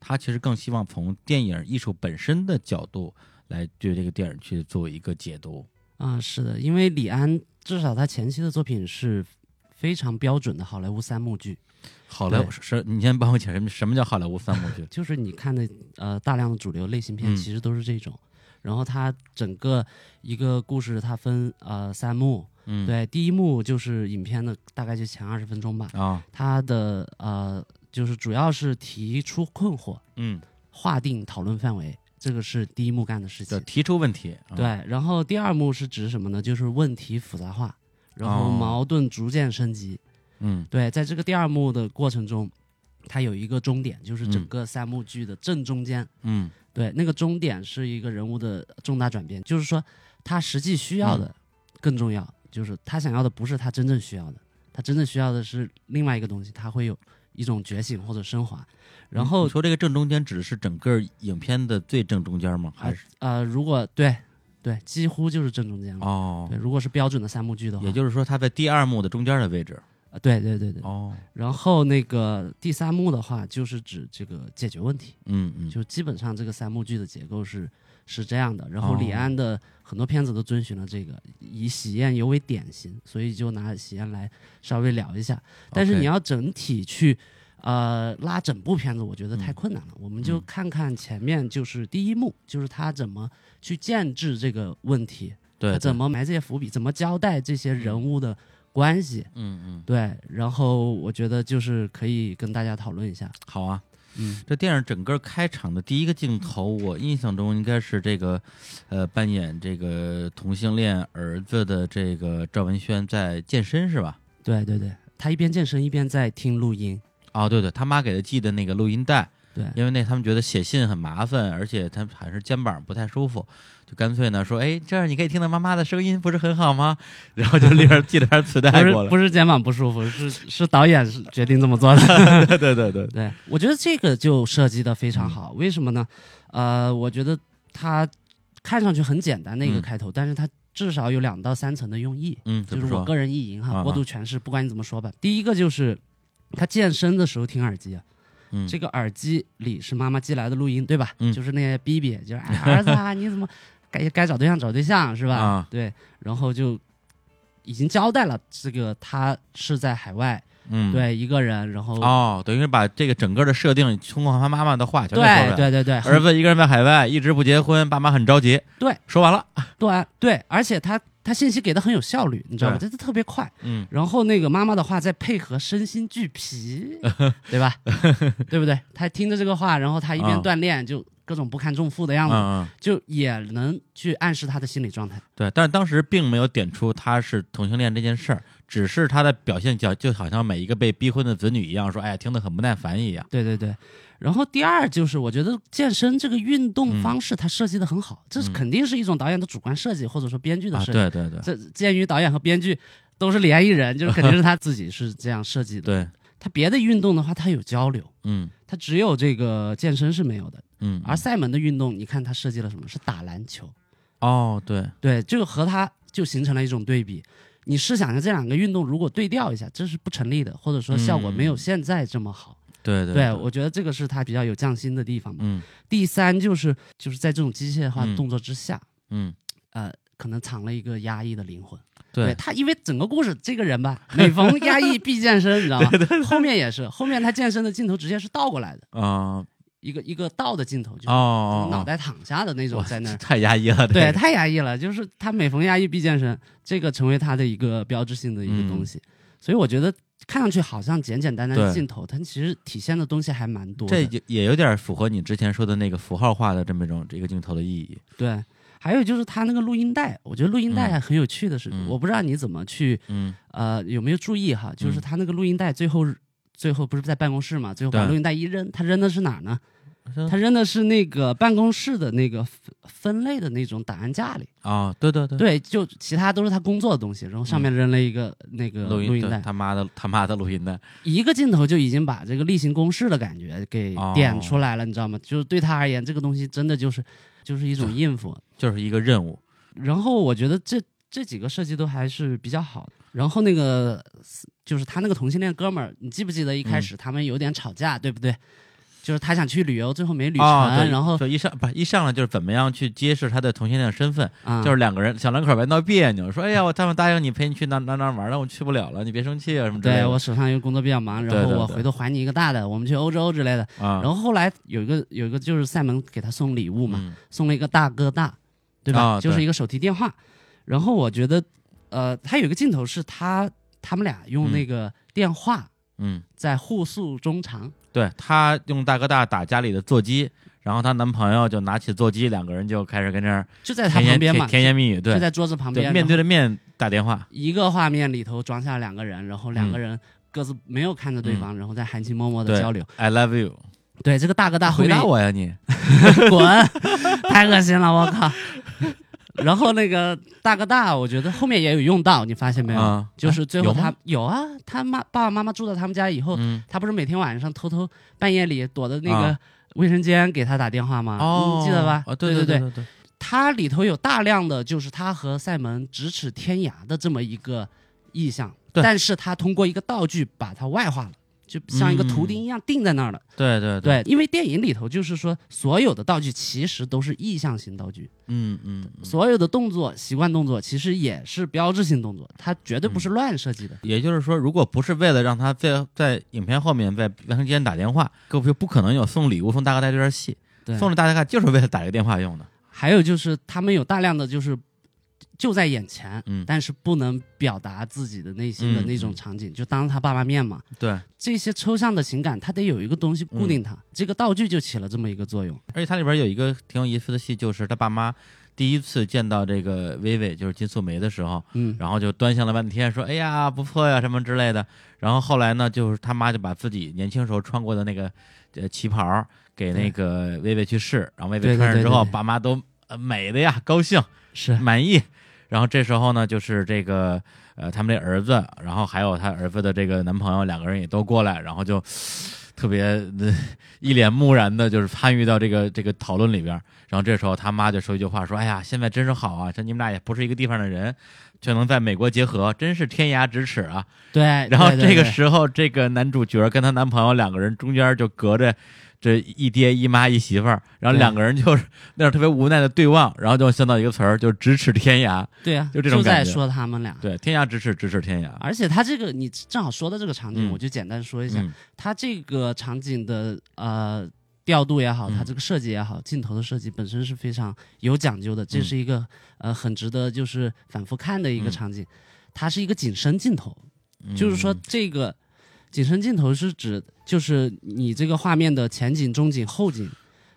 A: 他其实更希望从电影艺术本身的角度来对这个电影去做一个解读。
B: 啊，是的，因为李安至少他前期的作品是非常标准的好莱坞三幕剧，
A: 好莱坞
B: 对？
A: 是，你先帮我解释什么什么叫好莱坞三部剧
B: 就是你看的呃大量的主流类型
A: 嗯
B: 片其实都是这种。然后它整个一个故事，它分呃三幕，
A: 嗯，
B: 对，第一幕就是影片的大概就前二十分钟吧，
A: 啊，
B: 它的呃就是主要是提出困惑，
A: 嗯，
B: 划定讨论范围，这个是第一幕干的事
A: 就
B: 情。
A: 提出问题，啊，
B: 对，然后第二幕是指什么呢？就是问题复杂化，然后
A: 哦
B: 矛盾逐渐升级。
A: 嗯
B: 对，在这个第二幕的过程中，它有一个终点，就是整
A: 嗯
B: 个三幕剧的正中间。
A: 嗯，
B: 对，那个终点是一个人物的重大转变，就是说他实际需
A: 嗯
B: 要的更重要，就是他想要的不是他真正需要的，他真正需要的是另外一个东西，他会有一种觉醒或者升华。然后
A: 你说这个正中间指的是整个影片的最正中间吗？还是
B: 呃，如果对对，几乎就是正中间了。
A: 哦
B: 对，，如果是标准的三幕剧的话，
A: 也就是说它在第二幕的中间的位置。
B: 呃对对对对。
A: 哦，
B: 然后那个第三幕的话，就是指这个解决问题。
A: 嗯嗯，
B: 就基本上这个三幕剧的结构是是这样的。然后
A: 哦
B: 李安的很多片子都遵循了这个，以喜宴尤为典型，所以就拿喜宴来稍微聊一下。但是
A: OK
B: 你要整体去。呃，拉整部片子我觉得太困难了，我们就
A: 嗯
B: 看看前面就是第一幕，就是他怎么去建制这个问题，
A: 对
B: 他怎
A: 对
B: 么埋这些伏笔，怎么交代这些人物的关系，
A: 嗯嗯，
B: 对，然后我觉得就是可以跟大家讨论一下，
A: 好啊。
B: 嗯
A: 这电影整个开场的第一个镜头，我印象中应该是这个，呃，扮演这个同性恋儿子的这个赵文轩在健身是吧？
B: 对对对，他一边健身一边在听 录音，
A: 哦，对对，他妈给他寄的那个录音带，
B: 对
A: 因为那他们觉得写信很麻烦，而且他好像是肩膀不太舒服，就干脆呢说，哎，这样你可以听到妈妈的声音，不是很好吗？ 然后就立刻寄了盘磁带
B: 不
A: 过来
B: 是。不是肩膀不舒服，是是导演是决定这么做 的。
A: 对对对对，
B: 对，我觉得这个就设计的非常好。
A: 嗯
B: 为什么呢？呃，我觉得它看上去很简单的一个
A: 嗯
B: 开头，但是它至少有两到三层的用意。
A: 嗯，怎
B: 就
A: 么
B: 是
A: 说
B: 我个人意淫
A: 啊
B: 哈，
A: 啊
B: 过度诠释，不管你怎么说吧。第一个就是他健身的时候听耳机啊，
A: 嗯
B: 这个耳机里是妈妈寄来的录音，对吧？
A: 嗯
B: 就是那些逼逼，就是、哎、儿子啊，你怎么该该找对象找对象是吧？
A: 啊
B: 对，然后就已经交代了，这个他是在海外，
A: 嗯
B: 对一个人，然后、
A: 哦，等于是把这个整个的设定通过他妈妈的话全给说出来
B: 对
A: 了。
B: 对对对，
A: 儿子一个人在海外，一直不结婚，爸妈很着急。
B: 对，
A: 说完了。
B: 对对，而且他他信息给的很有效率，你知道吗？这特别快。
A: 嗯，
B: 然后那个妈妈的话再配合身心俱 疲，对吧？ 对不对？他听着这个话，然后他一边
A: 嗯
B: 锻炼，就各种不堪重负的
A: 嗯
B: 样子，
A: 嗯，
B: 就也能去暗示他的心理状态。
A: 对。但是当时并没有点出他是同性恋这件事儿，只是他的表现就就好像每一个被逼婚的子女一样，说哎呀听得很不耐烦一样。
B: 对对对。然后第二就是，我觉得健身这个运
A: 嗯
B: 动方式，它设计的很好，这是肯定是一种导演的主观设计，或者说编剧的
A: 啊，
B: 设计。
A: 对对对
B: 这鉴于导演和编剧都是联系人，就是肯定是他自己是这样设计的。
A: 对，
B: 他别的运动的话，他有交流，
A: 嗯
B: 他只有这个健身是没有的。
A: 嗯。
B: 而塞门的运动，你看他设计了什么？是打篮球，
A: 哦，对，
B: 对，就和他就形成了一种对比。你试想一下，这两个运动如果对调一下，这是不成立的，或者说效果没有现在这么好。
A: 嗯对对
B: 对，我觉得这个是他比较有匠心的地方嘛。
A: 嗯
B: 第三就是就是在这种机械化
A: 嗯
B: 动作之下，
A: 嗯，
B: 呃，可能藏了一个压抑的灵魂。
A: 对，
B: 他，因为整个故事这个人吧，每逢压抑必健身，你知 道吗？后面也是，后面他健身的镜头直接是倒过来的，
A: 啊
B: 一个一个倒的镜头，就是
A: 哦哦，
B: 脑袋躺下的那种
A: 哇
B: 在 那儿。
A: 太压抑了，
B: 对，
A: 这个
B: 太压抑了，就是他每逢压抑必健身，这个成为他的一个标志性的一个东西。所以我觉得看上去好像简简单单的
A: 嗯对
B: 镜头，它其实体现的东西还蛮多
A: 这
B: 的。
A: 也也有点符合你之前说的那个符号化的这么一种这个镜头的意义。
B: 对，还有就是他那个录音带，我觉得录音带
A: 嗯
B: 还很有趣的是，
A: 嗯
B: 我不知道你怎么去
A: 嗯
B: 呃有没有注意哈，就是
A: 嗯
B: 他那个录音带最后。最后不是在办公室嘛？最后把
A: 对
B: 录音带一扔，他扔的是哪儿呢？
A: 他
B: 他扔的是那个办公室的那个分分类的那种档案架里。
A: 啊、对对对，嗯
B: 对，就其他都是他工作的东西，然后上面扔了一个、那个
A: 录音
B: 录音
A: 对
B: 带，
A: 他妈的他妈的录音带，
B: 一个镜头就已经把这个例行公事的感觉给
A: 哦
B: 点出来了，你知道吗？就是对他而言，这个东西真的就是就是一种应付。
A: 就是一个任务。
B: 然后我觉得这这几个设计都还是比较好的。然后那个就是他那个同性恋哥们儿，你记不记得一开始他们有点吵架，对不对？就是他想去旅游，最后没旅成，
A: 啊，对
B: 然后
A: 就一上不是一上来就是怎么样去揭示他的同性恋身份，
B: 啊，
A: 就是两个人小两口玩闹别扭，说哎呀，我他们答应你陪你去哪哪哪玩了，我去不了了，你别生气啊什么之类的。
B: 对我手上又工作比较忙，
A: 对
B: 然后
A: 对
B: 我
A: 对
B: 回头还你一个大的，我们去欧洲之类的。
A: 啊，
B: 然后后来有一个有一个就是塞门给他送礼物嘛，
A: 嗯
B: 送了一个大哥大，对吧？
A: 啊
B: 就是
A: 对
B: 一个手提电话。然后我觉得，呃，他有一个镜头是他他们俩用那个电话
A: 嗯，
B: 在互诉衷肠，
A: 对她用大哥大打家里的座机，然后她男朋友就拿起座机，两个人就开始跟这儿
B: 就在他
A: 甜
B: 旁
A: 言
B: 边嘛，
A: 甜甜言蜜语，
B: 就
A: 对
B: 在桌子旁
A: 对，
B: 边，
A: 面
B: 然后
A: 对着面打电话，
B: 一个画面里头装下两个人，然后两个人各自没有看着对方，然后在含情脉脉
A: 嗯
B: 的
A: 对
B: 交流。
A: I love you，
B: 对，这个大哥大
A: 回
B: 回
A: 答
B: 来
A: 我呀你，
B: 滚， 太恶心了，我靠！然后那个大哥大，我觉得后面也有用到，你发现没有？
A: 啊
B: 就是最
A: 哎
B: 后
A: 有吗
B: 他有啊，他妈爸爸妈妈住到他们家以后，
A: 嗯，
B: 他不是每天晚上偷偷半夜里躲到那个
A: 啊
B: 卫生间给他打电话吗？
A: 哦，
B: 你记得吧？
A: 啊，
B: 对
A: 对
B: 对
A: 对对，
B: 它里头有大量的就是他和塞门咫尺天涯的这么一个意象，
A: 对
B: 但是他通过一个道具把它外化了，就像一个图钉一样钉在那儿了。
A: 对对嗯对，
B: 对，因为电影里头就是说，所有的道具其实都是意向型道具，
A: 嗯嗯，嗯
B: 所有的动作、习惯动作其实也是标志性动作，它绝对不是乱设计的。
A: 也就是说，如果不是为了让他在在影片后面在卫生间打电话，更不不可能有送礼物送大哥大这段戏。
B: 对，
A: 送了大哥大就是为了打这个电话用的。
B: 还有就是他们有大量的就是就在眼前，
A: 嗯
B: 但是不能表达自己的内心的
A: 嗯
B: 那种场景，就当着他爸妈面嘛。
A: 对，
B: 这些抽象的情感，它得有一个东西固定
A: 嗯
B: 它，这个道具就起了这么一个作用。
A: 而且它里边有一个挺有意思的戏，就是他爸妈第一次见到这个薇薇，就是金素梅的时候，
B: 嗯，
A: 然后就端详了半天，说：“哎呀，不错呀，什么之类的。”然后后来呢，就是他妈就把自己年轻时候穿过的那个呃旗袍儿给那
B: 对
A: 个薇薇去试，然后薇薇
B: 对对
A: 穿上
B: 对
A: 之
B: 对
A: 后，
B: 对
A: 爸妈都呃美的呀，高兴
B: 是
A: 满意。然后这时候呢，就是这个呃，他们这儿子，然后还有他儿子的这个男朋友，两个人也都过来，然后就特别、呃一脸木然的，就是参与到这个这个讨论里边儿。然后这时候他妈就说一句话，说：“哎呀，现在真是好啊，这你们俩也不是一个地方的人，却能在美国结合，真是天涯咫尺啊。”
B: 对。
A: 然后
B: 对对
A: 这个
B: 对
A: 时候，这个男主角跟她男朋友两个人中间就隔着这一爹一妈一媳妇儿，然后
B: 对
A: 两个人就是那种特别无奈的对望，然后就想到一个词儿，就是咫尺天涯。
B: 对啊，
A: 就这种感
B: 在
A: 觉
B: 说他们俩。
A: 对，天涯咫尺，咫尺天涯。
B: 而且他这个你正好说的这个场景，
A: 嗯
B: 我就简单说一下，
A: 嗯
B: 他这个场景的呃调度也好，
A: 嗯
B: 他这个设计也好，镜头的设计本身是非常有讲究的，这
A: 嗯
B: 是一个呃很值得就是反复看的一
A: 嗯
B: 个场景。它是一个景深镜头，就是说
A: 嗯
B: 这个景深镜头是指就是你这个画面的前景、中景、后景。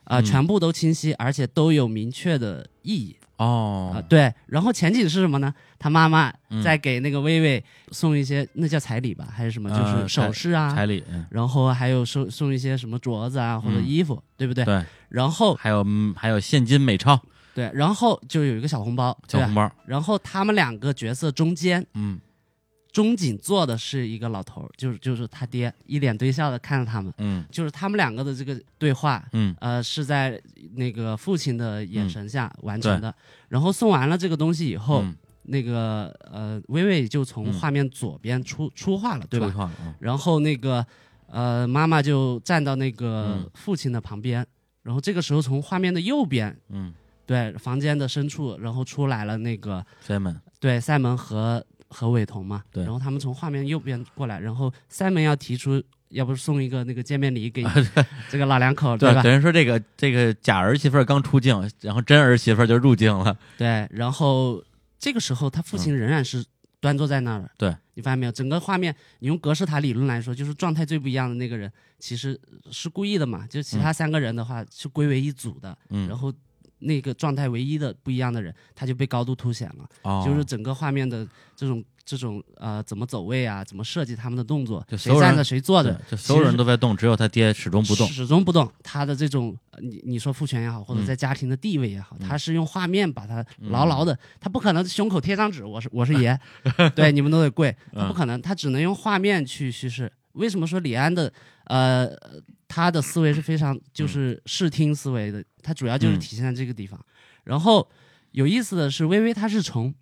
B: 啊、
A: 嗯
B: 全部都清晰，而且都有明确的意义啊、
A: 哦，
B: 对，然后前景是什么呢？他妈妈
A: 嗯
B: 再给那个薇薇送一些，那叫彩礼吧，还是什么？就
A: 呃
B: 是首饰啊，
A: 彩礼，嗯
B: 然后还有送送一些什么镯子啊或者
A: 嗯
B: 衣服，对不对？
A: 对，
B: 然后
A: 还有嗯还有现金美钞
B: 对，然后就有一个小红包，
A: 小
B: 对啊吧
A: 红包，
B: 然后他们两个角色中间
A: 嗯
B: 中景坐的是一个老头儿，就是就是他爹，一脸堆笑的看着他们，
A: 嗯
B: 就是他们两个的这个对话。
A: 嗯
B: 呃，是在那个父亲的眼神下完成的。然后送完了这个东西以后，
A: 嗯
B: 那个呃，薇薇就从
A: 嗯
B: 画面左边出、出画了，对吧
A: 出一？趟嗯
B: 然后那个呃妈妈就站到那个
A: 嗯
B: 父亲的旁边，然后这个时候从画面的右边，
A: 嗯，
B: 对房间的深处，然后出来了那个
A: 塞门，
B: 对塞门和和伟彤嘛，
A: 对
B: 然后他们从画面右边过来，然后塞门要提出。要不送一个那个见面礼给这个老两口，
A: 啊对，
B: 吧？
A: 等于说这个这个假儿媳妇儿刚出境，然后真儿媳妇儿就入境了，
B: 对，然后这个时候他父亲仍然是端坐在那儿的。
A: 嗯对，
B: 你发现没有？整个画面，你用格式塔理论来说，就是状态最不一样的那个人，其实是故意的嘛。就其他三个人的话是归为一组的，
A: 嗯，
B: 然后那个状态唯一的不一样的人，他就被高度凸显了。
A: 哦
B: 就是整个画面的这种这种呃，怎么走位啊，怎么设计他们的动作
A: 就，所
B: 谁
A: 有人
B: 站着谁坐着，
A: 对就所有人都在动，只有他爹始终不动。
B: 始终不动。他的这种，呃你你说父权也好，或者
A: 嗯
B: 在家庭的地位也好，
A: 嗯
B: 他是用画面把它牢牢的，他不可能胸口贴张纸，我是我是 爷，对，你们都得跪，他
A: 嗯
B: 不可能，他只能用画面去叙事。为什么说李安的，呃，他的思维是非常就是视听思维的，他主要就是
A: 嗯
B: 体现在这个地方。然后有意思的是，微微她是从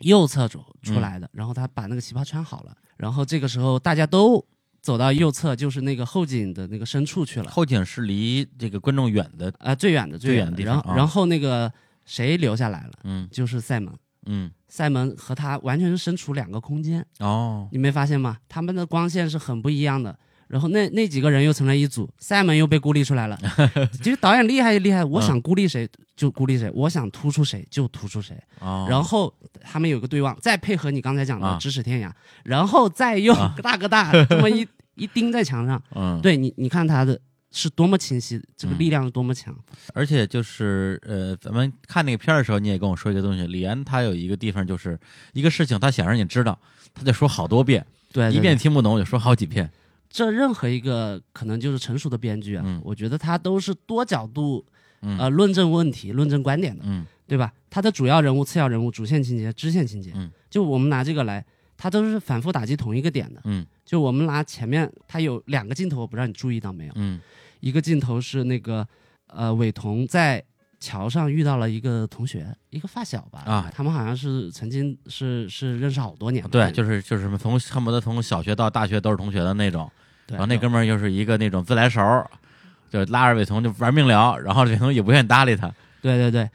B: 右侧走出来的，
A: 嗯
B: 然后她把那个旗袍穿好了，然后这个时候大家都走到右侧，就是那个后景的那个深处去了，
A: 后景是离这个观众远的，
B: 啊、最远的
A: 最
B: 远
A: 远的地
B: 然
A: 方
B: 后
A: 啊
B: 然后那个谁留下来了，
A: 嗯
B: 就是塞蒙，
A: 嗯，
B: 塞蒙和他完全是身处两个空间，
A: 哦，
B: 你没发现吗？他们的光线是很不一样的。然后那那几个人又成了一组，塞门又被孤立出来 了。其实导演厉害就厉害，
A: 嗯
B: 我想孤立谁就孤立谁，我想突出谁就突出谁。
A: 哦，
B: 然后他们有个对望，再配合你刚才讲的
A: 啊
B: 咫尺天涯，然后再用
A: 啊
B: 大哥大这 么一一钉在墙上，
A: 嗯，
B: 对你，你看他的是多么清晰，这个
A: 嗯
B: 力量是多么强。
A: 而且就是呃，咱们看那个片儿的时候，你也跟我说一个东西，李安他有一个地方就是一个事情，他想让你知道，他就说好多遍，
B: 对，对
A: 一
B: 对
A: 遍听不懂我就说好几遍，
B: 这任何一个可能就是成熟的编剧啊，
A: 嗯
B: 我觉得他都是多角度
A: 嗯
B: 呃论证问题、论证观点的，
A: 嗯
B: 对吧？他的主要人物、次要人物、主线情节、支线情节，
A: 嗯
B: 就我们拿这个来，他都是反复打击同一个点的。
A: 嗯
B: 就我们拿前面，他有两个镜头，我不知道你注意到没有？
A: 嗯
B: 一个镜头是那个呃，伟彤在桥上遇到了一个同学，一个发小吧，
A: 啊
B: 他们好像是曾经是是认识好多年吧，
A: 对，就是就是什么从恨不得从小学到大学都是同学的那种，
B: 对
A: 然后那哥们儿又是一个那种自来熟儿，就拉着伟彤就玩命聊，然后伟彤也不愿意搭理他，
B: 对对对。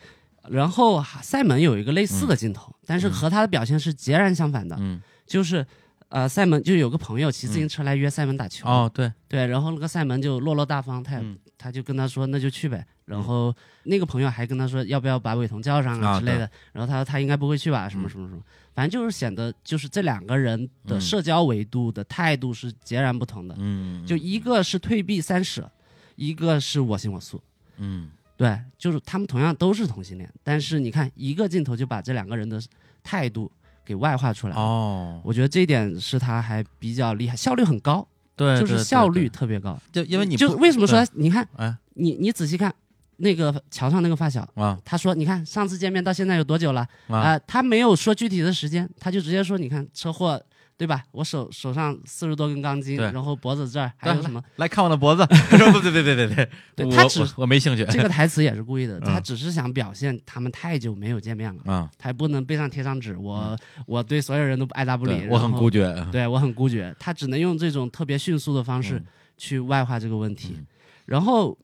B: 然后塞门有一个类似的镜头，但是和他的表现是截然相反的，
A: 嗯嗯
B: 就是呃，塞门就有个朋友骑自行车来约塞门打球，
A: 哦，对，
B: 对，然后那个塞门就落落大方，他也、
A: 嗯
B: 他就跟他说那就去呗，然后、那个朋友还跟他说要不要把伟彤叫上
A: 啊
B: 啊之类
A: 对
B: 的，然后他说他应该不会去吧，什么
A: 嗯
B: 什么什么，反正就是显得就是这两个人的
A: 嗯
B: 社交维度的态度是截然不同的，
A: 嗯，
B: 就一个是退避三舍，一个是我行我素。
A: 嗯
B: 对，就是他们同样都是同性恋，但是你看一个镜头就把这两个人的态度给外化出来了。
A: 哦，
B: 我觉得这一点是他还比较厉害，效率很高，
A: 对，
B: 就
A: 对
B: 是效率，特别高。
A: 对对就因为你
B: 就
A: 不
B: 为什么说
A: 对
B: 你看
A: 哎
B: 你你仔细看那个桥上那个发小，
A: 啊
B: 他说你看上次见面到现在有多久了啊、
A: 啊
B: 他没有说具体的时间，他就直接说你看车祸对吧？我手手上四十多根钢筋，
A: 对
B: 然后脖子这儿还有什么？
A: 来看我的 脖子，不别别别别别，
B: 对
A: 我
B: 他只
A: 我我没兴趣
B: 这个台词也是故意的，
A: 嗯
B: 他只是想表现他们太久没有见面了。
A: 啊，
B: 还不能背上贴上纸，我、我对所有人哦都爱答不理
A: 嗯对，我很孤
B: 绝，
A: 绝，
B: 对我很孤绝，他只能用这种特别迅速的方式
A: 嗯
B: 去外化这个问题。
A: 嗯
B: 然后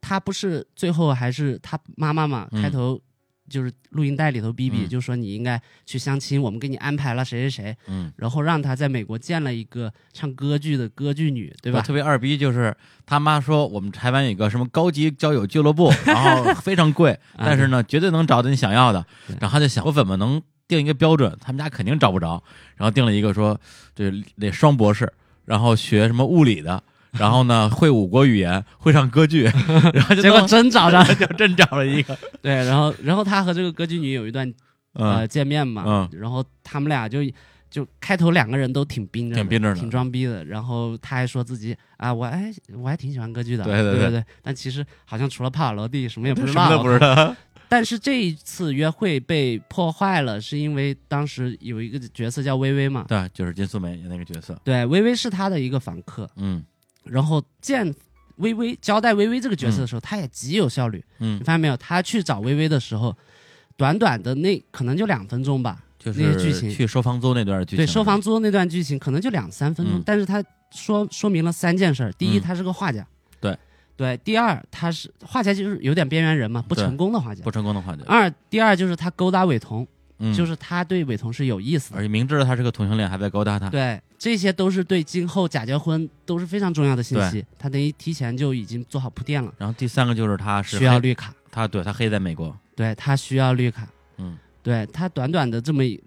B: 他不是最后还是他妈妈嘛，
A: 嗯
B: 开头就是录音带里头逼逼、
A: 嗯
B: 就说你应该去相亲，我们给你安排了谁谁谁，
A: 嗯，
B: 然后让他在美国见了一个唱歌剧的歌剧女，对
A: 对
B: 吧？
A: 特别二逼就是他妈说我们台湾有个什么高级交友俱乐 部，然后非常贵，但是呢绝对能找到你想要的
B: 啊对。
A: 然后他就想我怎么能定一个标准，他们家肯定找不着。然后定了一个说这得双博士，然后学什么物理的，然后呢会五国语 言，会唱歌剧，然后就
B: 结果
A: 弄
B: 真 找上，
A: 就真找了一个，
B: 对，然后然后他和这个歌剧女有一段呃
A: 嗯
B: 见面嘛，
A: 嗯
B: 然后他们俩就就开头两个人都挺冰着的，
A: 挺冰着的
B: 挺装逼的。然后他还说自己啊，我哎我还挺喜欢歌剧的，
A: 对
B: 对
A: 对对
B: 对。但其实好像除了帕瓦罗蒂什么也不知
A: 什么
B: 道，
A: 都不知。道，
B: 但是这一次约会被破坏了，是因为当时有一个角色叫薇薇嘛，
A: 对，就是金素梅演那个角色，
B: 对，薇薇是他的一个房客。
A: 嗯
B: 然后见薇薇交代薇薇这个角色的时候，他也极有效率。
A: 嗯
B: 你，发现没有？他去找薇薇的时候，短短的那可能就两分钟吧，
A: 就是
B: 那个剧情
A: 去收房租那段剧情，
B: 对，收房租那段剧情可能就两三分钟，
A: 嗯
B: 但是他说说明了三件事儿：第一，
A: 嗯
B: 他是个画家；
A: 对，
B: 对，第二，他是画家就是有点边缘人嘛，不
A: 对
B: 成功的画家
A: 不。成功的话就
B: 二，第二就是他勾搭伟彤，
A: 嗯
B: 啊就是他对伟彤是有意思的。
A: 而且明知道他是个同性恋，还在勾搭他，
B: 对，这些都是对今后假结婚都是非常重要的信息，他等于提前就已经做好铺垫了。
A: 然后第三个就是他是
B: 需要
A: 黑
B: 绿卡，
A: 他对他黑在美国，
B: 对他需要绿卡，
A: 嗯，
B: 对他短短的这么一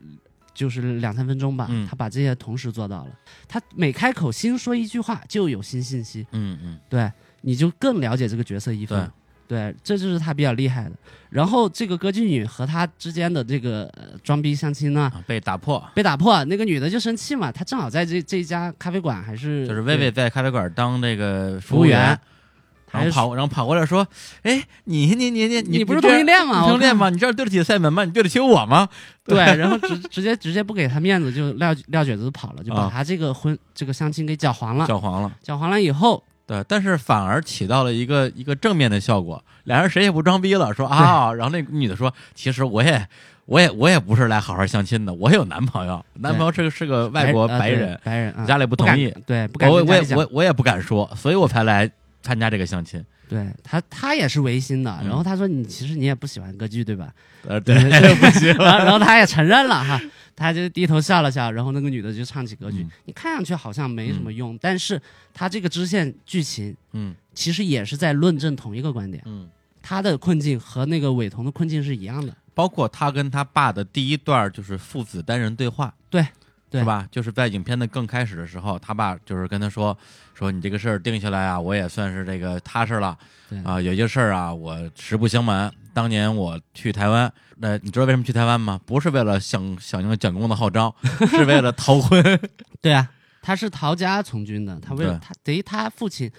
B: 就是两三分钟吧，
A: 嗯
B: 他把这些同时做到了。他每开口新说一句话，就有新信息，
A: 嗯嗯，
B: 对，你就更了解这个角色一
A: 对
B: 分了。对，这就是他比较厉害的。然后这个歌剧女和他之间的这个、呃、装逼相亲呢，
A: 啊被打破，
B: 被打破，那个女的就生气嘛。她正好在这这一家咖啡馆，还是
A: 就是薇薇
B: 对
A: 在咖啡馆当这个
B: 服务
A: 员
B: 员，，
A: 然
B: 还
A: 后
B: 是
A: 跑然后跑过来说，哎，你你你你
B: 你不是
A: 这
B: 同性恋
A: 你
B: 吗？
A: 同啊性恋
B: 我看？
A: 吗？你这样对得起塞门吗？你对得起我吗？
B: 对，然后直直接直接不给她面子，就撂撂蹶子就跑了，就
A: 啊
B: 把她这个婚、这个相亲给搅黄了。
A: 搅黄了。
B: 搅黄了以后，
A: 对，但是反而起到了一个一个正面的效果，俩人谁也不装逼了，说啊，然后那女的说，其实我也，我也，我也不是来好好相亲的，我有男朋友，男朋友是个是个外国
B: 白
A: 白
B: 呃
A: 人
B: 对，白人啊，
A: 家里不同意
B: 敢对，不敢
A: 我
B: 跟
A: 我
B: 家里
A: 也
B: 讲。
A: 我我也不敢说，所以我才来参加这个相亲。
B: 对他，他也是违心的。
A: 嗯
B: 然后他说：“你其实你也不喜欢歌剧，对吧
A: 呃， 对，
B: 对
A: 这不行？”
B: 然后，然后他也承认了哈，他就低头笑了笑。然后那个女的就唱起歌剧，
A: 嗯
B: 你看上去好像没什么用，但是他这个支线剧情
A: 嗯
B: 其实也是在论证同一个观点，
A: 嗯，
B: 他的困境和那个伟彤的困境是一样的。
A: 包括他跟他爸的第一段就是父子单人对话，
B: 对对
A: 是吧？就是在影片的更开始的时候，他爸就是跟他说说你这个事儿定下来啊，我也算是这个踏实了
B: 对
A: 啊、有些事儿啊，我实不相瞒，当年我去台湾。那、你知道为什么去台湾吗？不是为了响响应蒋公的号 召，是为了逃婚。
B: 对啊，他是逃家从军的，他为了
A: 对
B: 他等于他父亲，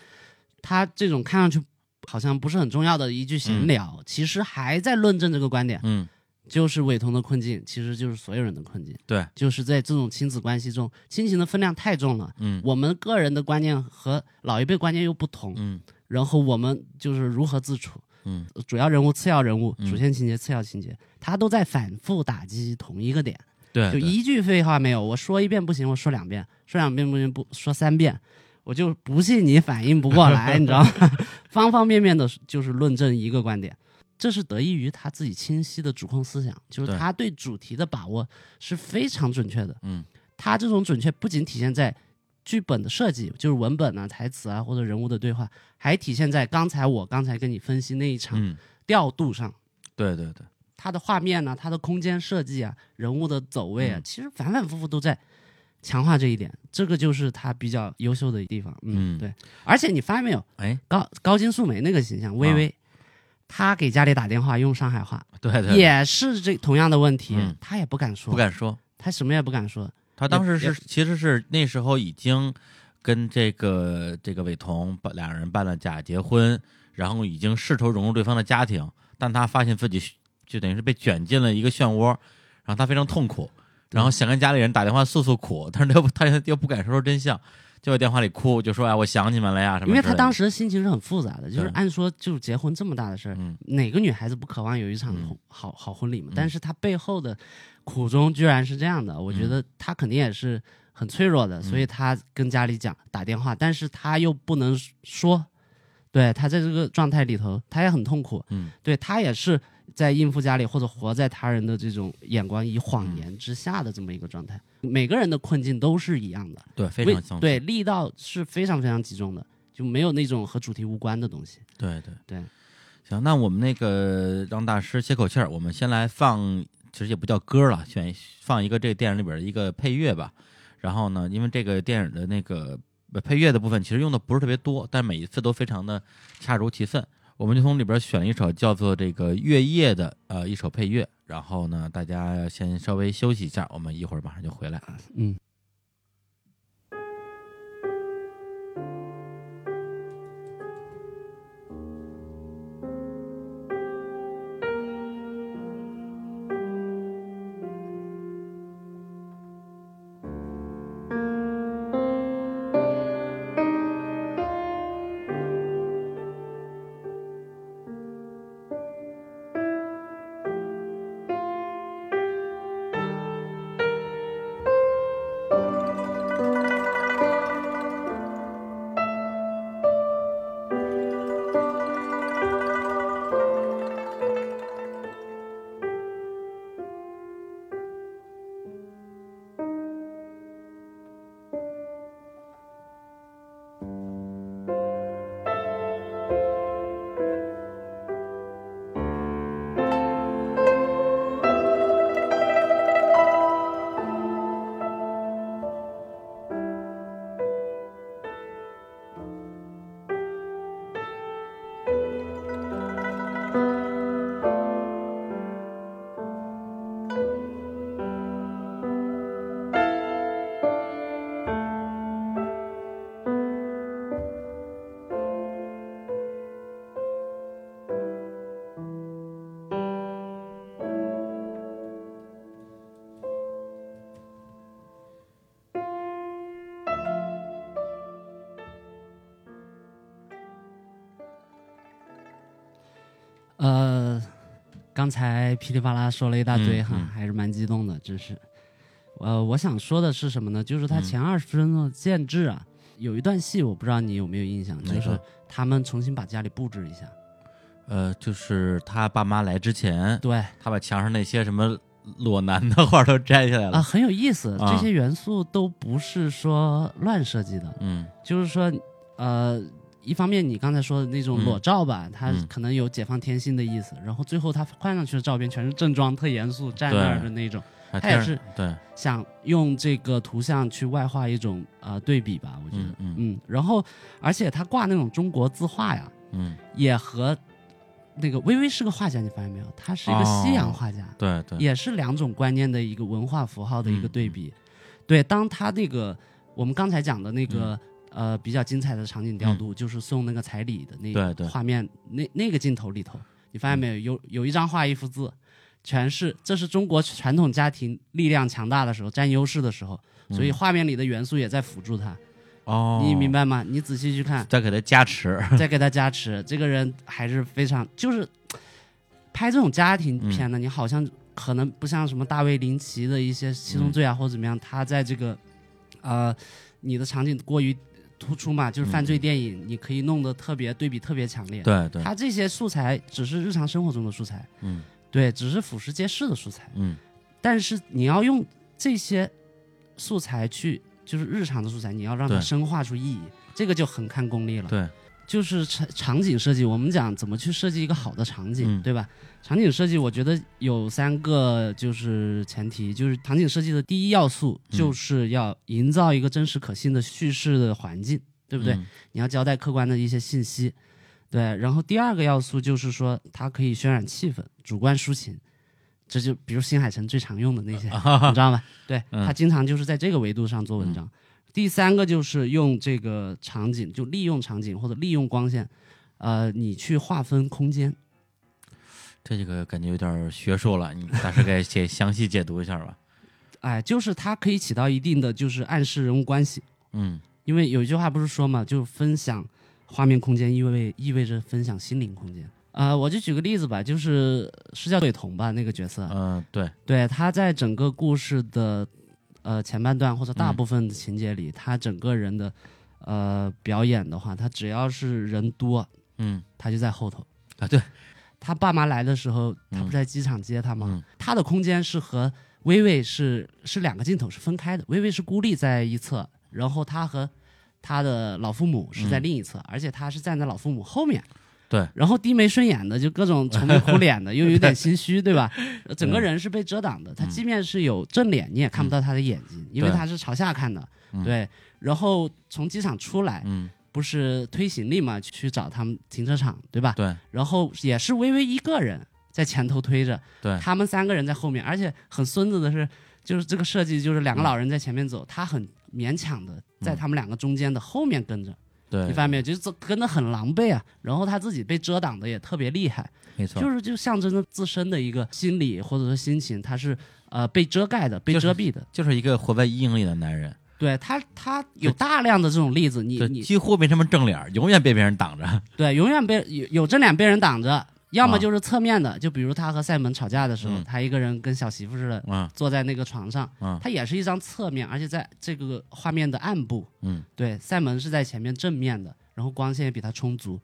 B: 他这种看上去好像不是很重要的一句闲聊，其实还在论证这个观点，
A: 嗯，
B: 就是伟彤的困境，其实就是所有人的困境，
A: 对，
B: 就是在这种亲子关系中，亲情的分量太重了。
A: 嗯
B: 我们个人的观念和老一辈观念又不同，
A: 嗯
B: 然后我们就是如何自处，
A: 嗯，
B: 主要人物、次要人物、
A: 嗯
B: 主线情节、次要情节，他都在反复打击同一个点。
A: 哎对，对
B: 就一句废话没有。我说一遍不行，我说两遍，说两遍不行，不说三遍，我就不信你反应不过 来，你知道吗？ 方方面面的，就是论证一个观点，这是得益于他自己清晰的主控思想，就是
A: 对
B: 他对主题的把握是非常准确的。
A: 嗯，
B: 它这种准确不仅体现在剧本的设计，就是文本啊、台词啊或者人物的对话，还体现在刚才我刚才跟你分析那一场
A: 嗯，
B: 调度上，
A: 对对对，
B: 它的画面呢、它的空间设计啊、人物的走位啊，
A: 嗯
B: 其实反反复复都在强化这一点，这个就是它比较优秀的地方。
A: 嗯
B: 嗯，对。而且你发现没有，
A: 哎，
B: 高高金素梅那个形象，微
A: 啊
B: 微，她给家里打电话用上海话，
A: 对对对，
B: 也是这同样的问题
A: 嗯，
B: 她也不敢说，
A: 不，敢说，
B: 她什么也不敢说。
A: 他当时
B: 也
A: 是其实是那时候已经跟这个这个伟彤把俩人办了假结婚，然后已经试图融入对方的家庭，但他发现自己就等于是被卷进了一个漩涡，然后他非常痛苦，然后想跟家里人打电话诉诉苦，但是他又他又不敢说出真相，就在电话里哭，就说哎我想你们了呀什么之
B: 因
A: 类的，
B: 为她当时心情是很复杂的，就是
A: 对
B: 按说就结婚这么大的事儿，
A: 嗯
B: 哪个女孩子不渴望有一场
A: 嗯
B: 好好好婚礼嘛？
A: 嗯
B: 但是她背后的苦衷居然是这样的，我
A: 嗯
B: 觉得她肯定也是很脆弱的，所以她跟家里讲打电话，但是她又不能说，对她在这个状态里头，她也很痛苦，
A: 嗯
B: 对她也是在应付家里或者活在他人的这种眼光以
A: 嗯
B: 谎言之下的这么一个状态。每个人的困境都是一样的，
A: 对非
B: 为
A: 常相似，
B: 对力道是非常非常集中的，就没有那种和主题无关的东西。
A: 对对
B: 对。
A: 行，那我们那个让大师歇口气儿，我们先来放，其实也不叫歌了，选一放一个这个电影里边的一个配乐吧。然后呢，因为这个电影的那个呃配乐的部分其实用的不是特别多，但每一次都非常的恰如其分。我们就从里边选一首叫做这个《月夜》的呃一首配乐，然后呢，大家先稍微休息一下，我们一会儿马上就回来。
B: 嗯。呃，刚才噼里啪啦说了一大堆
A: 嗯
B: 哈，
A: 嗯
B: 还是蛮激动的，真是。呃，我想说的是什么呢？就是他
A: 嗯
B: 前二十分钟的建制啊，有一段戏我不知道你有没有印象，
A: 哪
B: 就
A: 个
B: 是他们重新把家里布置一下。
A: 呃，就是他爸妈来之前，
B: 对啊、
A: 他把墙上那些什么裸男的画都摘下来了。
B: 很有意思，
A: 啊
B: 这些元素都不是说乱设计的，
A: 嗯
B: 就是说，呃。一方面，你刚才说的那
A: 嗯
B: 种裸照吧，它
A: 嗯
B: 可能有解放天性的意思。然后最后他换上去的照片全是正装、特严肃站
A: 对
B: 那儿的那种，
A: 啊
B: 他也
A: 听着
B: 是
A: 对，
B: 想用这个图像去外化一种啊、呃对比吧，我觉得，
A: 嗯
B: 然后而且他挂那种中国字画呀，
A: 嗯，
B: 也和那个微微是个画家，你发现没有？他是一个
A: 哦
B: 西洋画家，
A: 对对，
B: 也是两种观念的一个文化符号的一
A: 嗯
B: 个
A: 嗯
B: 对比。对，当他那个我们刚才讲的那个、呃比较精彩的场景调度，就是送那个彩礼的那
A: 对对嗯
B: 画面，那那个镜头里头，你发现没有？有有一张画一幅字，全是这是中国传统家庭力量强大的时候，占优势的时候，所以
A: 嗯
B: 画面里的元素也在辅助他。
A: 哦，
B: 你明白吗？你仔细去看，
A: 再给他加持，
B: 再给他加持，这个人还是非常就是拍这种家庭片呢，你好像可能不像什么大卫林奇的一些《七宗罪》啊、或者怎么样，他在这个
A: 嗯
B: 呃你的场景过于突出嘛，就是犯罪电影，你可以弄得特别对比特别强烈。
A: 对对，
B: 他这些素材只是日常生活中的素材，
A: 嗯
B: 对，只是俯拾皆是的素材。
A: 嗯
B: 但是你要用这些素材去，就是日常的素材，你要让它
A: 对
B: 深化出意义，这个就很看功力了。
A: 对，
B: 就是场场景设计，我们讲怎么去设计一个好的场景，
A: 嗯
B: 对吧？场景设计，我觉得有三个就是前提，就是场景设计的第一要素
A: 嗯
B: 就是要营造一个真实可信的叙事的环境，对不对？
A: 嗯？
B: 你要交代客观的一些信息，对。然后第二个要素就是说，它可以渲染气氛，主观抒情，这就比如新海诚最常用的那些，
A: 啊
B: 你知道吧？对
A: 嗯
B: 他经常就是在这个维度上做文章。第三个就是用这个场景，就利用场景或者利用光线，呃，你去划分空间。
A: 这个感觉有点学术了， 你大师给解详细解读一下吧。
B: 哎，就是它可以起到一定的就是暗示人物关系，
A: 嗯
B: 因为有一句话不是说嘛，就是分享画面空间意味意味着分享心灵空间。啊，我就举个例子吧，就是是叫鬼童吧那个角色，
A: 嗯、对，
B: 对他在整个故事的呃前半段或者大
A: 嗯
B: 部分的情节里，他整个人的呃表演的话，他只要是人多，
A: 嗯
B: 他就在后头。
A: 啊 对，
B: 他爸妈来的时候，他
A: 嗯
B: 不在机场接他吗？
A: 嗯
B: 他的空间是和微微是是两个镜头是分开的，微微是孤立在一侧，然后他和他的老父母是在
A: 嗯
B: 另一侧，而且他是站在老父母后面。
A: 对，
B: 然后低眉顺眼的，就各种愁眉苦脸 的，又有点心虚，对吧？呃整个人是被遮挡
A: 嗯
B: 的。他即便是有正脸，你也看不到他的眼睛，因为
A: 对
B: 他是朝下看的。
A: 嗯
B: 对，然后从机场出来，
A: 嗯
B: 不是推行李嘛，去找他们停车场，对吧？
A: 对
B: 然后也是微微一个人在前头推着，
A: 对
B: 他们三个人在后面，而且很孙子的是，就是这个设计就是两个老人在前面走，他很勉强的在他们两个中间的后面跟着，
A: 嗯对，
B: 你发现没有？就是这跟的很狼狈啊，然后他自己被遮挡的也特别厉害，
A: 没错，
B: 就是就象征着自身的一个心理或者说心情，他是呃被遮盖的、被
A: 就是
B: 遮蔽的。
A: 就是一个活在阴影里的男人，
B: 对他，他有大量的这种例子，你
A: 对，
B: 你
A: 几乎没什么正脸儿，永远被别人挡 着。
B: 对，永远被有有正脸被人挡着，要么就是侧面的，就比如他和塞门吵架的时候，
A: 啊嗯
B: 他一个人跟小媳妇似的
A: 嗯
B: 坐在那个床上，
A: 嗯
B: 他也是一张侧面，而且在这个画面的暗部，
A: 嗯，
B: 对，塞门是在前面正面的，然后光线也比他充足，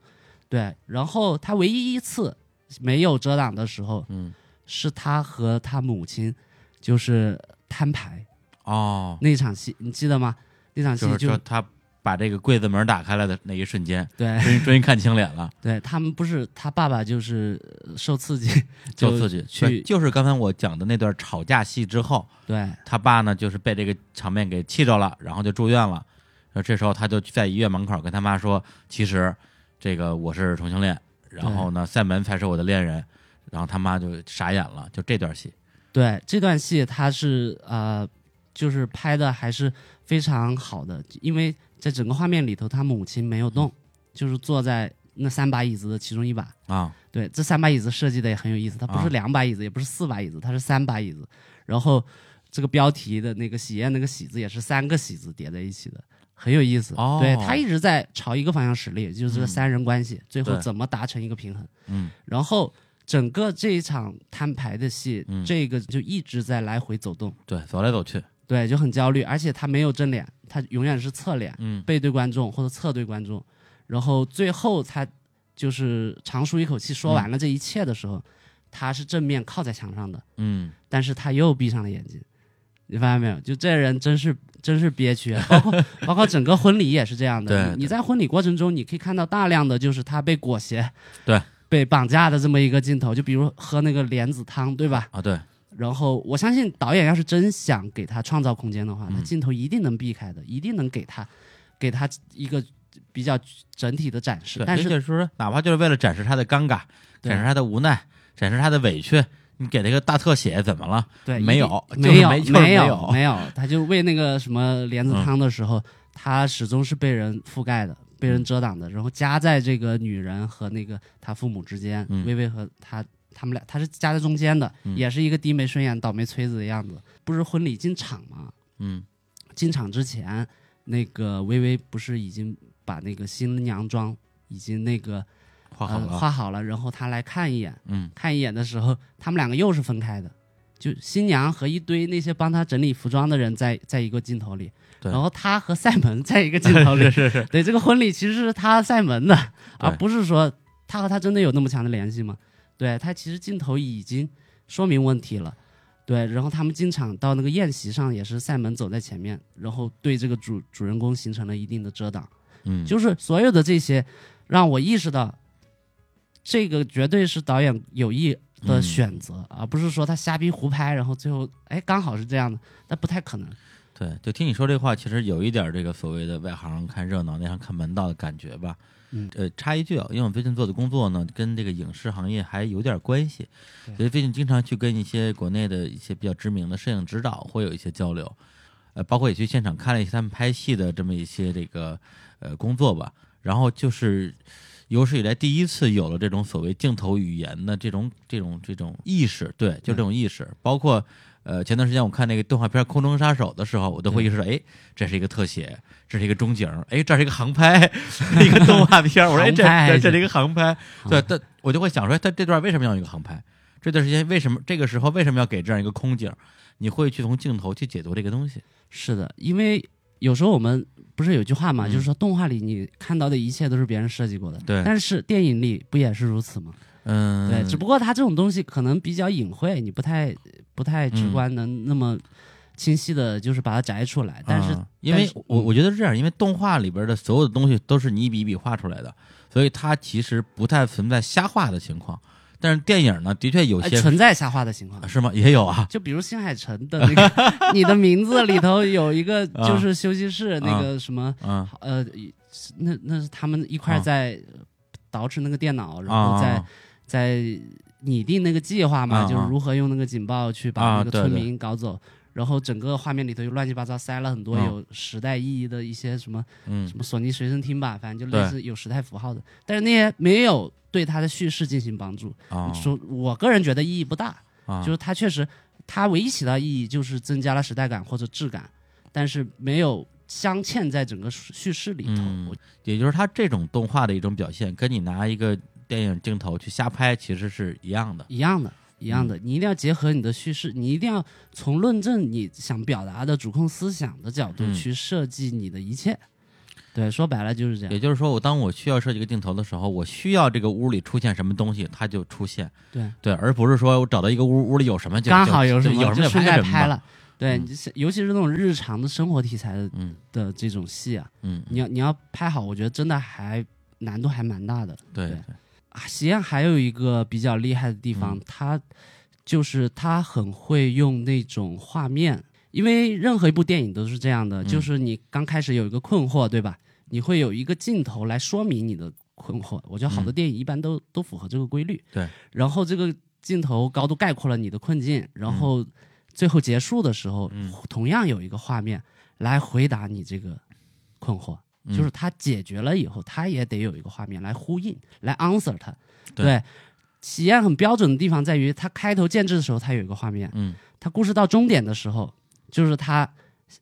B: 对，然后他唯一一次没有遮挡的时候，
A: 嗯，
B: 是他和他母亲就是摊牌
A: 哦，
B: 那场戏，你记得吗？那场戏
A: 就是
B: 啊就
A: 说他把这个柜子门打开来的那一瞬间，
B: 对
A: 终于终于看清脸了，
B: 对，他们不是他爸爸就是呃受刺激，
A: 就
B: 就
A: 刺激。
B: 去
A: 对就是刚才我讲的那段吵架戏之后，
B: 对
A: 他爸呢就是被这个场面给气着了，然后就住院了。然后这时候他就在医院门口跟他妈说：“其实这个我是同性恋，然后呢塞门才是我的恋人。”然后他妈就傻眼了，就这段戏。
B: 对，这段戏它是呃，就是拍的还是非常好的，因为在整个画面里头，他母亲没有动，就是坐在那三把椅子的其中一把。
A: 啊，
B: 对，这三把椅子设计的也很有意思，它不
A: 啊
B: 是两把椅子，也不是四把椅子，它是三把椅子。然后这个标题的那个喜宴那个喜字也是三个喜字叠在一起的，很有意思。
A: 哦
B: 对，他一直在朝一个方向使力，就是这个
A: 嗯
B: 三人关系、最后
A: 对
B: 怎么达成一个平衡。
A: 嗯，
B: 然后整个这一场摊牌的戏，
A: 嗯
B: 这个就一直在来回走动，
A: 对，走来走去，
B: 对，就很焦虑，而且他没有正脸，他永远是侧脸，
A: 嗯
B: 背对观众或者侧对观众，然后最后他就是长舒一口气
A: 嗯
B: 说完了这一切的时候，他是正面靠在墙上的，
A: 嗯，
B: 但是他又闭上了眼睛。你发现没有？就这人真是真是憋屈啊！包括包括整个婚礼也是这样的。
A: 对
B: 你
A: 对
B: 你在婚礼过程中，你可以看到大量的就是他被裹挟，
A: 对，
B: 被绑架的这么一个镜头。就比如喝那个莲子汤，对吧？
A: 啊，对，
B: 然后我相信导演要是真想给他创造空间的话，
A: 嗯
B: 他镜头一定能避开的，一定能给他给他一个比较整体的展示
A: 对。
B: 但
A: 也就是是说，哪怕就是为了展示他的尴尬，
B: 对
A: 展示他的无奈，展示他的委屈，你给他一个大特写怎么了？
B: 对
A: 没
B: 一
A: 有
B: 定
A: 就是
B: 没有
A: 没就是
B: 没
A: 没
B: 有
A: 有嗯
B: 没有，他就喂那个什么莲子汤的时候，他始终是被人覆盖的。被人遮挡的，然后夹在这个女人和那个他父母之间，
A: 嗯
B: 微微和他他们俩，他是夹在中间的，
A: 嗯
B: 也是一个低眉顺眼、倒霉催子的样子。不是婚礼进场吗？
A: 嗯
B: 进场之前，那个微微不是已经把那个新娘妆已经那个
A: 画好
B: 呃、
A: 了，
B: 画好了，然后她来看一眼，
A: 嗯
B: 看一眼的时候，他们两个又是分开的，就新娘和一堆那些帮她整理服装的人在在一个镜头里，
A: 对
B: 然后她和塞门在一个镜头里，
A: 是是是，
B: 对，这个婚礼其实是她塞门的，而
A: 对
B: 不是说她和他真的有那么强的联系吗？对他其实镜头已经说明问题了，对，然后他们经常到那个宴席上，也是赛门走在前面，然后对这个主主人公形成了一定的遮挡。
A: 嗯，
B: 就是所有的这些，让我意识到，这个绝对是导演有意
A: 嗯
B: 的选择，而不是说他瞎逼胡拍，然后最后哎刚好是这样的，那不太可能。
A: 对，就听你说这话，其实有一点儿这个所谓的外行看热闹，内行看门道的感觉吧。
B: 嗯
A: 呃，插一句啊，因为我最近做的工作呢，跟这个影视行业还有点儿关系，
B: 对
A: 所以最近经常去跟一些国内的一些比较知名的摄影指导会有一些交流，呃，包括也去现场看了一些他们拍戏的这么一些这个呃工作吧。然后就是有史以来第一次有了这种所谓镜头语言的这种这种这种意识，对，就这种意识，包括。呃，前段时间我看那个动画片《空中杀手》的时候，我都会意识到，哎，这是一个特写，这是一个中景，哎，这是一个航拍， 一个动画片，我说哎，这
B: 航拍啊
A: 这这是一个航拍，
B: 航
A: 对，但我就会想说，他这段为什么要有一个航拍？这段时间为什么这个时候为什么要给这样一个空景？你会去从镜头去解读这个东西，
B: 是的，因为有时候我们不是有句话嘛，
A: 嗯
B: 就是说动画里你看到的一切都是别人设计过的，
A: 对
B: 但是电影里不也是如此吗？
A: 嗯，
B: 对，只不过它这种东西可能比较隐晦，你不太不太
A: 嗯
B: 直观能那么清晰的，就是把它摘出来。但是、
A: 啊因为
B: 但是
A: 我
B: 嗯
A: 我觉得是这样，因为动画里边的所有的东西都是你一笔一笔画出来的，所以它其实不太存在瞎画的情况。但是电影呢，的确有
B: 呃
A: 些、
B: 存在瞎画的情况
A: 啊。是吗？也有啊，
B: 就比如新海诚的那 个，你的名字里头有一个
A: 啊
B: 就是休息室、那个什么，
A: 嗯
B: 呃，那那是他们一块
A: 啊
B: 儿在捯饬那个电脑，然后
A: 啊，
B: 在、在拟定那个计划嘛，
A: 啊啊
B: 就是如何用那个警报去
A: 啊
B: 把那个
A: 对
B: 村
A: 对
B: 民搞走。然后整个画面里头又乱七八糟塞了很多
A: 嗯
B: 有时代意义的一些什么
A: 嗯
B: 什么索尼随身听吧，反正就类似有时代符号的，但是那些没有对它的叙事进行帮助。
A: 啊
B: 说我个人觉得意义不大，
A: 啊，
B: 就是它确实它唯一起到的意义就是增加了时代感或者质感，但是没有镶嵌在整个叙事里头。
A: 嗯
B: 我
A: 也就是它这种动画的一种表现，跟你拿一个电影镜头去瞎拍其实是一样的。
B: 一样的，一样
A: 嗯
B: 的，你一定要结合你的叙事，你一定要从论证你想表达的主控思想的角度
A: 嗯
B: 去设计你的一切。对，说白了就是这
A: 也
B: 样。
A: 就是说，我当我需要设计一个镜头的时候，我需要这个屋里出现什么东西，它就出现，
B: 对，
A: 对，而不是说我找到一个屋，屋里有什么就
B: 刚好
A: 就
B: 有什
A: 就
B: 么
A: 有什么
B: 就顺带
A: 就拍
B: 拍
A: 什么吧。
B: 了。对，
A: 嗯
B: 你是尤其是那种日常的生活题材的
A: 嗯
B: 的这种戏啊，
A: 嗯，
B: 你要你要拍好，我觉得真的还难度还蛮大的。
A: 对
B: 对啊，西安还有一个比较厉害的地
A: 嗯
B: 方，它就是它很会用那种画面，因为任何一部电影都是这样的，
A: 嗯
B: 就是你刚开始有一个困惑，对吧？你会有一个镜头来说明你的困惑。我觉得好的
A: 嗯
B: 电影一般都、都符合这个规律。
A: 对，
B: 然后这个镜头高度概括了你的困境，然后最后结束的时候，
A: 嗯
B: 同样有一个画面来回答你这个困惑。
A: 嗯
B: 就是它解决了以后，它也得有一个画面来呼应，来 answer 它。
A: 对
B: 对，喜宴很标准的地方在于，它开头建制的时候，它有一个画面；
A: 嗯
B: 它故事到终点的时候，就是它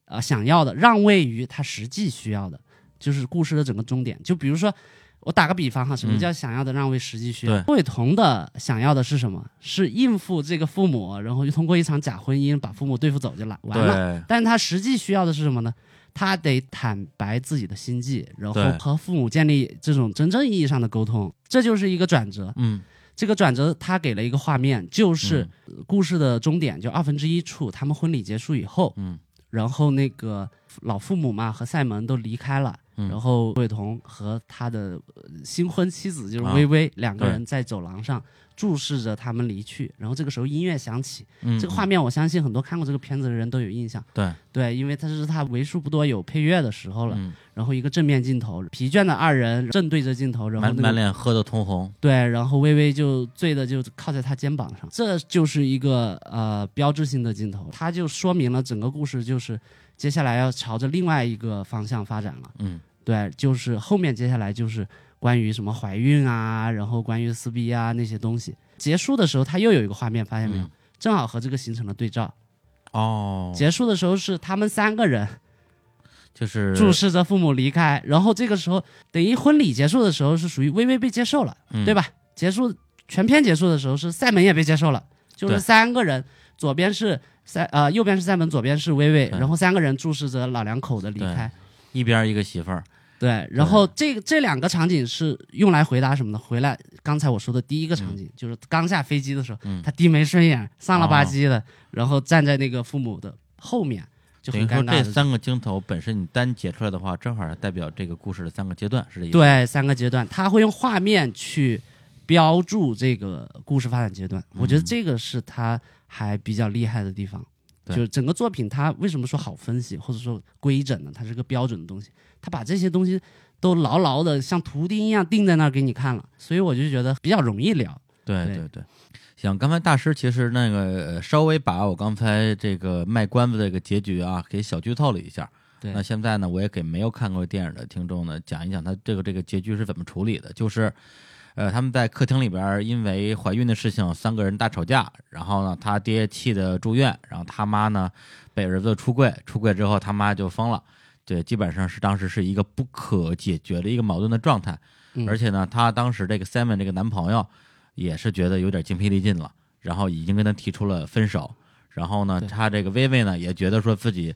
B: 呃想要的让位于它实际需要的，就是故事的整个终点。就比如说，我打个比方哈，什么
A: 嗯
B: 叫想要的让位实际需要
A: 对？
B: 窦唯彤的想要的是什么？是应付这个父母，然后就通过一场假婚姻把父母对付走就了，完了。
A: 对
B: 但他实际需要的是什么呢？他得坦白自己的心计，然后
A: 对
B: 和父母建立这种真正意义上的沟通，这就是一个转折。
A: 嗯
B: 这个转折他给了一个画面，就是故事的终点，就二分之一处，他们婚礼结束以后，
A: 嗯
B: 然后那个老父母嘛和赛门都离开了，
A: 嗯
B: 然后窦唯彤和他的呃新婚妻子就是
A: 啊
B: 微微、两个
A: 对
B: 人在走廊上注视着他们离去，然后这个时候音乐响起，
A: 嗯，
B: 这个画面我相信很多看过这个片子的人都有印象。
A: 对
B: 对，因为它是它为数不多有配乐的时候了。
A: 嗯，
B: 然后一个正面镜头，疲倦的二人正对着镜头，然后
A: 满
B: 那
A: 满
B: 个
A: 脸喝的通红，
B: 对，然后微微就醉的就靠在他肩膀上，这就是一个呃标志性的镜头，它就说明了整个故事就是接下来要朝着另外一个方向发展了。
A: 嗯
B: 对，就是后面接下来就是关于什么怀孕啊，然后关于撕逼啊那些东西。结束的时候，他又有一个画面，发现没有？
A: 嗯
B: 正好和这个形成了对照。
A: 哦，
B: 结束的时候是他们三个人，
A: 就是
B: 注视着父母离开，然后这个时候等于婚礼结束的时候是属于微微被接受了，
A: 嗯
B: 对吧？结束全片结束的时候是赛门也被接受了，就是
A: 对
B: 三个人，左边是赛呃右边是赛门，左边是微微，
A: 对
B: 然后三个人注视着老两口的离开。
A: 一边一个媳妇儿，
B: 对，然后这这两个场景是用来回答什么呢？回来刚才我说的第一个场景，就是刚下飞机的时候，
A: 嗯哦
B: 他低眉顺眼，丧了吧唧的，然后站在那个父母的后面，就
A: 等
B: 很
A: 于说
B: 尴尬
A: 这
B: 的。
A: 三个镜头本身你单截出来的话，正好代表这个故事的三个阶段，是这意思？，
B: 对，三个阶段，他会用画面去标注这个故事发展阶段。
A: 嗯
B: 我觉得这个是他还比较厉害的地方，
A: 对
B: 就是整个作品它为什么说好分析或者说规整呢？它是个标准的东西，他把这些东西都牢牢的像图钉一样钉在那儿给你看了，所以我就觉得比较容易聊。
A: 对
B: 对
A: 对对，行，刚才大师其实那个呃稍微把我刚才这个卖关子这个结局啊，给小剧透了一下。
B: 对
A: 那现在呢，我也给没有看过电影的听众呢讲一讲他这个这个结局是怎么处理的，就是。呃，他们在客厅里边儿因为怀孕的事情，三个人大吵架。然后呢，他爹气的住院，然后他妈呢被儿子出柜，出柜之后他妈就疯了。对，基本上是当时是一个不可解决的一个矛盾的状态。
B: 嗯
A: 而且呢，她当时这个 Simon 这个男朋友也是觉得有点精疲力尽了，然后已经跟她提出了分手。然后呢，
B: 对
A: 她这个薇薇呢也觉得说自己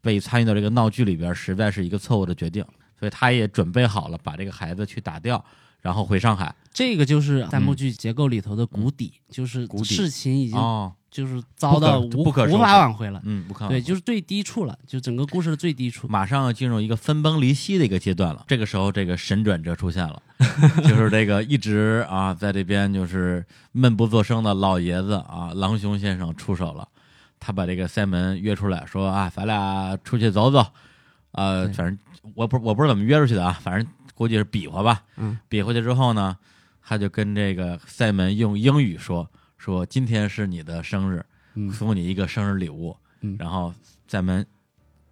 A: 被参与到这个闹剧里边，实在是一个错误的决定，所以她也准备好了把这个孩子去打掉，然后回上海。
B: 这个就是三幕剧结构里头的谷底，就是
A: 嗯谷底
B: 事情已经
A: 哦，
B: 就是遭到
A: 不可
B: 无
A: 不可收拾
B: 无法挽回了，
A: 嗯，不看了
B: 对，就是最低处了，就整个故事的最低处。
A: 马上要进入一个分崩离析的一个阶段了。这个时候，这个神转折出现 了，就是这个一直啊在这边就是闷不作声的老爷子啊，狼熊先生出手了。他把这个塞门约出来，说啊，咱俩出去走走。呃，
B: 对
A: 反正我不我不知道怎么约出去的啊，反正估计是比划吧。
B: 嗯，
A: 比划去之后呢，他就跟这个塞门用英语说说今天是你的生日，
B: 嗯
A: 送你一个生日礼物。
B: 嗯
A: 然后塞门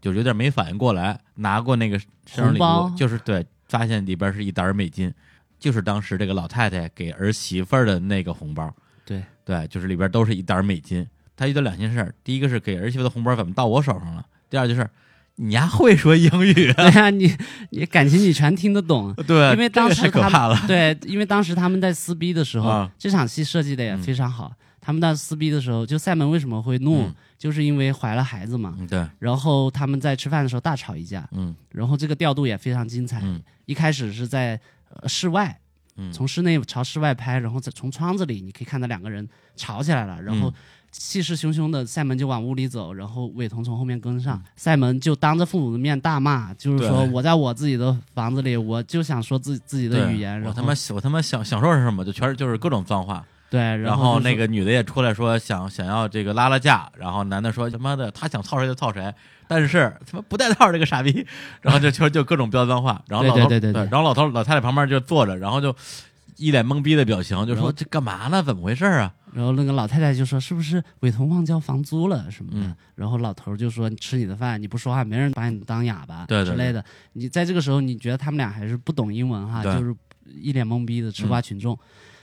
A: 就有点没反应过来，拿过那个生日礼物
B: 红包，
A: 就是对，发现里边是一沓美金，就是当时这个老太太给儿媳妇儿的那个红包。
B: 对
A: 对，就是里边都是一沓美金。他遇到两件事儿，第一个是给儿媳妇的红包怎么到我手上了，第二就是你丫会说英 语啊？
B: 对呀、你你感情你全听 得懂。
A: 对，
B: 因为当时
A: 这个太可
B: 他
A: 怕了。
B: 对，因为当时他们在撕逼的时候，
A: 啊
B: 这场戏设计的也非常好。他们在撕逼的时候，就塞门为什么会怒，
A: 嗯
B: 就是因为怀了孩子嘛。
A: 嗯，对，
B: 然后他们在吃饭的时候大吵一架，
A: 嗯
B: 然后这个调度也非常精彩。
A: 嗯
B: 一开始是在、呃室外，
A: 嗯，
B: 从室内朝室外拍，然后再从窗子里你可以看到两个人吵起来
A: 嗯
B: 了，然后气势汹汹的塞门就往屋里走，然后伟彤从后面跟上，塞门就当着父母的面大骂，就是说
A: 嗯对
B: 我在我自己的房子里，我就想说自自己的
A: 对
B: 语言，
A: 我
B: 然
A: 他
B: 后
A: 妈我他妈想享受是什么？就全是就是各种脏话。
B: 对，
A: 然后
B: 后就
A: 那
B: 是
A: 个女的也出来说想想要这个拉拉架，然后男的说他妈的他想操谁就操谁，但是他妈不带套这个傻逼，然后就就就各种飙脏话，然后
B: 对
A: 老头
B: 对对对对
A: 然后老头老太太旁边就坐着，然后就一脸懵逼的表情，就
B: 然
A: 说
B: 后
A: 这干嘛呢？怎么回事 啊？
B: 然后那个老太太就说：“是不是伟彤忘交房租了什么的？”
A: 嗯
B: 然后老头儿就说：“你吃你的饭，你不说话，没人把你当哑巴
A: 对对
B: 之类的。”你在这个时候，你觉得他们俩还是不懂英文哈，
A: 对嗯
B: 就是一脸懵逼的吃瓜群众。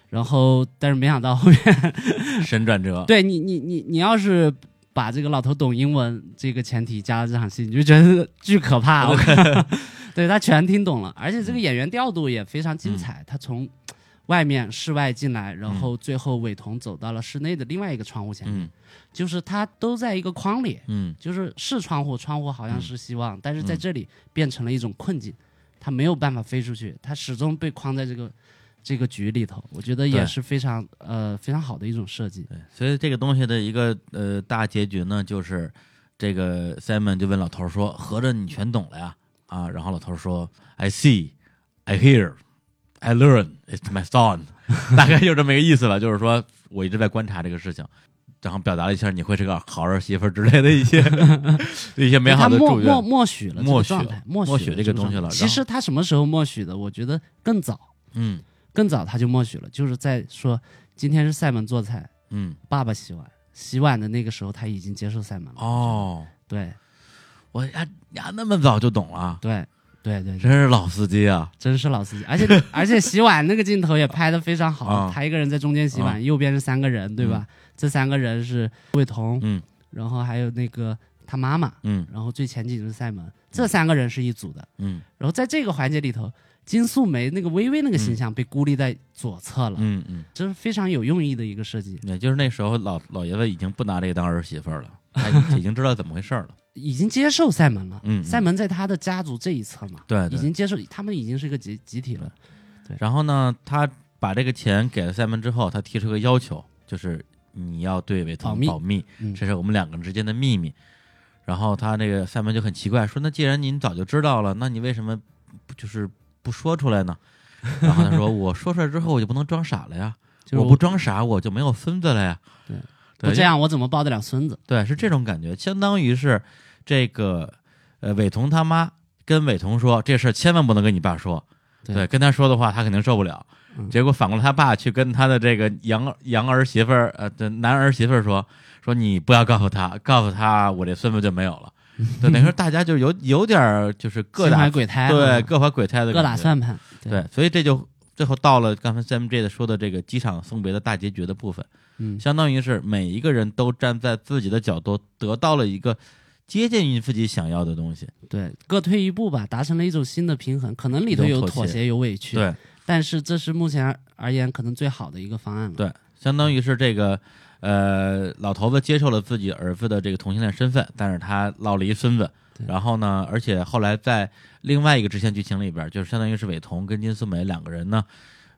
B: 然后，但是没想到后面，
A: 神转折，
B: 对你，你，你，你要是把这个老头懂英文这个前提加到这场戏，你就觉得巨可 怕。我靠 对他全听懂了，而且这个演员调度也非常精
A: 嗯
B: 彩。他从外面室外进来，然后最后伟彤走到了室内的另外一个窗户前面。
A: 嗯
B: 就是它都在一个框里，
A: 嗯，
B: 就是是窗户，窗户好像是希望，但是在
A: 嗯
B: 这里变成了一种困境，它没有办法飞出去，它始终被框在这个这个局里头。我觉得也
A: 对
B: 是非常呃非常好的一种设计。
A: 对，所以这个东西的一个呃大结局呢，就是这个 Simon 就问老头说，合着你全懂了呀？啊，然后老头说，I see, I hear, I learn, it's my son，大 概就这么一个意思了，就是说我一直在观察这个事情。然后表达了一下你会是个好儿媳妇儿之类的一些 一些美好
B: 他
A: 的
B: 默
A: 祝
B: 默
A: 愿，
B: 默许了这
A: 默
B: 个
A: 许
B: 状态，
A: 默
B: 默
A: 许
B: 了
A: 这
B: 这
A: 个东西
B: 状态
A: 了
B: 其
A: 然后
B: 实他什么时候默许的？我觉得更早，
A: 嗯
B: 更早他就默许了，就是在说今天是塞门做菜，
A: 嗯，
B: 爸爸洗碗，洗碗的那个时候他已经接受塞门了。，
A: 哦，
B: 对
A: 我呀呀那么早就懂了，
B: 对对对对
A: 真是老司机啊，
B: 真是老司机，而 且而且洗碗那个镜头也拍的非常好，
A: 啊
B: 他一个人在中间洗碗，右边是三个人，对吧？这三个人是魏彤，
A: 嗯
B: 然后还有那个他妈妈，
A: 嗯
B: 然后最前景就是塞门，这三个人是一组的。
A: 嗯
B: 然后在这个环节里头，金素梅那个微微那个形象被孤立在左侧了，
A: 嗯嗯。
B: 这是非常有用意的一个设计，
A: 也就是那时候老老爷子已经不拿这个当儿媳妇儿了， 他已已经知道怎么回事儿了。
B: 已经接受塞门了。
A: 嗯嗯
B: 塞门在他的家族这一侧嘛，
A: 对
B: 已经接受，他们已经是一个集集体了。
A: 然后呢，他把这个钱给了塞门之后，他提出个要求，就是你要对韦特
B: 保
A: 保
B: 密
A: 密，
B: 嗯
A: 这是我们两个人之间的秘密。然后他那个塞门就很奇怪，说：“那既然您早就知道了，那你为什么不就是不说出来呢？”然后他说：“ 我说出来之后，我就不能装傻了呀，
B: 就是
A: 我不装傻，我就没有孙子了呀。
B: 对
A: 对”
B: 不这样，我怎么抱得了孙子？
A: 对，是这种感觉，相当于是这个呃伟彤他妈跟伟彤说这事儿千万不能跟你爸说，
B: 对
A: 跟他说的话他肯定受不了。
B: 嗯
A: 结果反过来，他爸去跟他的这个洋洋儿媳妇儿呃对男儿媳妇儿说说你不要告诉他，告诉他我这孙子就没有了。对，等于说大家就有有点儿就是各
B: 心
A: 打
B: 怀鬼胎，
A: 对
B: 嗯
A: 各怀鬼胎的
B: 各
A: 感
B: 打
A: 觉
B: 算盘，
A: 对，所以这就最后到了刚才 Sam J 的说的这个机场送别的大结局的部分。
B: 嗯，
A: 相当于是每一个人都站在自己的角度，得到了一个接近于自己想要的东西。
B: 对，各退一步吧，达成了一种新的平衡，可能里头
A: 一种
B: 有
A: 妥
B: 妥
A: 协
B: 协，有委屈，
A: 对
B: 但是这是目前而而言可能最好的一个方案了。
A: 对，相当于是这个呃，老头子接受了自己儿子的这个同性恋身份，但是他落了一孙子
B: 对。
A: 然后呢，而且后来在另外一个支线剧情里边，就是相当于是伟彤跟金素梅两个人呢，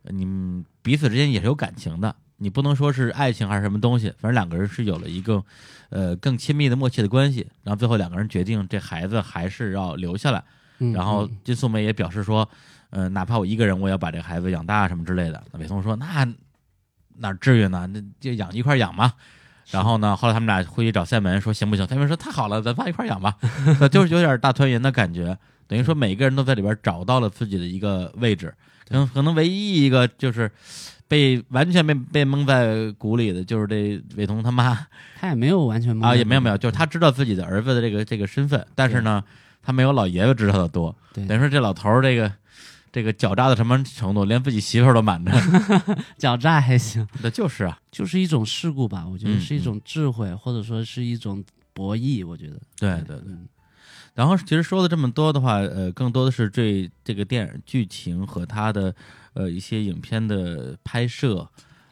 A: 呃你们彼此之间也是有感情的。你不能说是爱情还是什么东西，反正两个人是有了一个，呃，更亲密的默契的关系。然后最后两个人决定，这孩子还是要留下来。
B: 嗯，
A: 然后
B: 嗯
A: 金素梅也表示说，呃，哪怕我一个人，我也要把这个孩子养大什么之类的。那伟松说，那哪至于呢？那就养一块儿养嘛。然后呢，后来他们俩回去找塞门说行不行？塞门说太好了，咱仨一块儿养 吧，那就是有点大团圆的感觉。等于
B: 嗯
A: 说每个人都在里边找到了自己的一个位置，可能可能唯一一个就是被完全被被蒙在鼓里的就是这伟彤他妈，
B: 他也没有完全蒙
A: 啊，
B: 在
A: 也没有
B: 鼓
A: 没
B: 里
A: 有，就是他知道自己的儿子的这个这个身份，但是呢，他没有老爷子知道的多。
B: 对
A: 等于说这老头儿这个这个狡诈到什么程度，连自己媳妇儿都 瞒着。
B: 狡诈还行，
A: 对，就是啊，
B: 就是一种事故吧，我觉得
A: 嗯
B: 是一种智慧，或者说是一种博弈，我觉得。
A: 对对对。
B: 嗯
A: 然后其实说了这么多的话，呃，更多的是对这个电影剧情和它的呃一些影片的拍摄、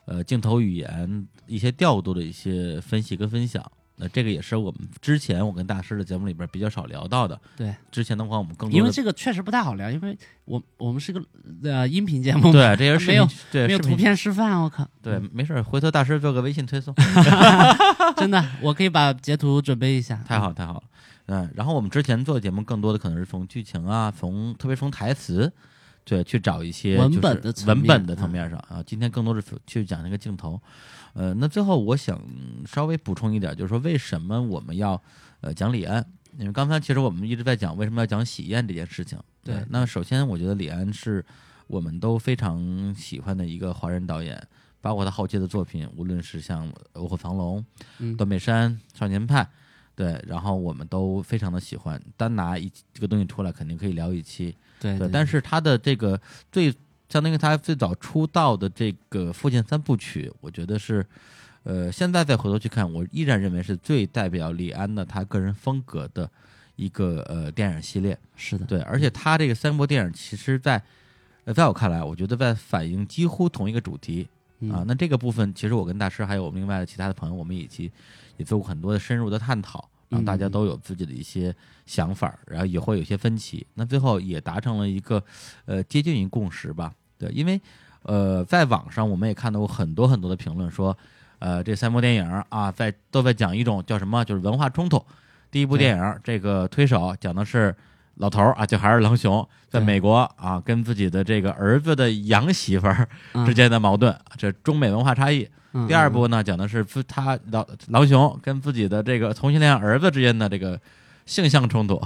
A: 呃镜头语言、一些调度的一些分析跟分享。那、这个也是我们之前我跟大师的节目里边比较少聊到的。
B: 对，
A: 之前的话我们更
B: 因
A: 多
B: 为
A: 的
B: 这个确实不太好聊，因为我我们是个呃音频节目，，
A: 对这些视
B: 啊没有
A: 频对
B: 没有
A: 视
B: 图
A: 频
B: 片示范，我靠，
A: 对，没事儿，回头大师做个微信推 送，
B: 真的，我可以把截图准备一下。
A: 太好太好了。嗯，然后我们之前做的节目更多的可能是从剧情啊，从特别从台词，对，去找一些
B: 文
A: 就是
B: 本的层面
A: 文本的层面上啊。今天更多的是去讲那个镜头。呃，那最后我想稍微补充一点，就是说为什么我们要呃讲李安？因为刚才其实我们一直在讲为什么要讲喜宴这件事情。
B: 对
A: 那首先我觉得李安是我们都非常喜欢的一个华人导演，包括他后期的作品，无论是像《卧虎藏龙》
B: 嗯
A: 断背山》《少年派》，对，然后我们都非常的喜欢。单拿一这个东西出来，肯定可以聊一期。
B: 对
A: 对，
B: 对，
A: 但是他的这个最相当于他最早出道的这个《父亲三部曲》，我觉得是，呃，现在再回头去看，我依然认为是最代表李安的他个人风格的一个呃电影系列。
B: 是的，嗯
A: 对，而且他这个三部电影，其实在呃在我看来，我觉得在反映几乎同一个主题。
B: 嗯
A: 啊，那这个部分其实我跟大师还有我们另外的其他的朋友，我们一起也做过很多的深入的探讨，然后大家
B: 嗯
A: 都有自己的一些想法儿，然后也会有一些分歧，那最后也达成了一个呃接近于共识吧。对，因为呃在网上我们也看到过很多很多的评论说，呃这三部电影儿啊在都在讲一种叫什么，就是文化冲突。第一部
B: 对
A: 电影儿这个推手讲的是。老头儿啊，就还是狼雄，在
B: 对
A: 美国啊，跟自己的这个儿子的洋媳妇儿
B: 嗯
A: 之间的矛盾，这中美文化差异。
B: 嗯
A: 第二
B: 嗯
A: 部呢，讲的是自他老狼雄跟自己的这个同性恋儿子之间的这个性向冲 突，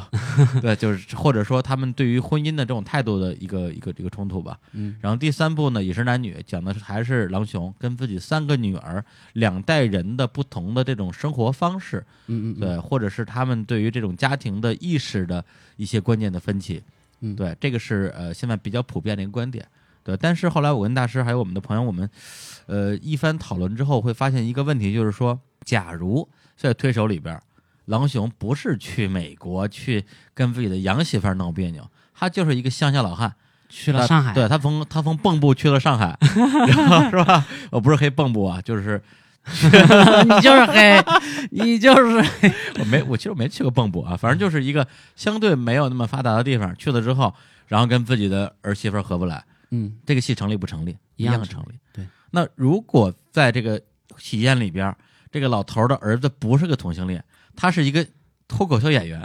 A: 对，就是或者说他们对于婚姻的这种态度的一个一个这个冲突吧。
B: 嗯，
A: 然后第三部呢，也是男女，讲的是还是狼雄跟自己三个女儿两代人的不同的这种生活方式，
B: 嗯嗯嗯，
A: 对，或者是他们对于这种家庭的意识的一些观念的分歧。
B: 嗯
A: 对，这个是呃现在比较普遍的一个观点。对，但是后来我跟大师还有我们的朋友，我们呃一番讨论之后，会发现一个问题，就是说，假如在推手里边儿，狼雄不是去美国去跟自己的洋媳妇儿闹别扭，他就是一个乡下老汉，
B: 去了上海，
A: 对他从他从蚌埠去了上海， 然后是吧？我不是黑蚌埠啊，就是
B: 你就是 黑，你
A: 嗯
B: 就是
A: 我没，我其实我没去过蚌埠啊，反正就是一个相对没有那么发达的地方。去了之后，然后跟自己的儿媳妇儿合不来，
B: 嗯，
A: 这个戏成立不成立？
B: 一
A: 一
B: 样
A: 样
B: 成
A: 成立。
B: 对，
A: 那如果在这个喜宴里边儿，这个老头儿的儿子不是个同性恋，他是一个脱口秀演员，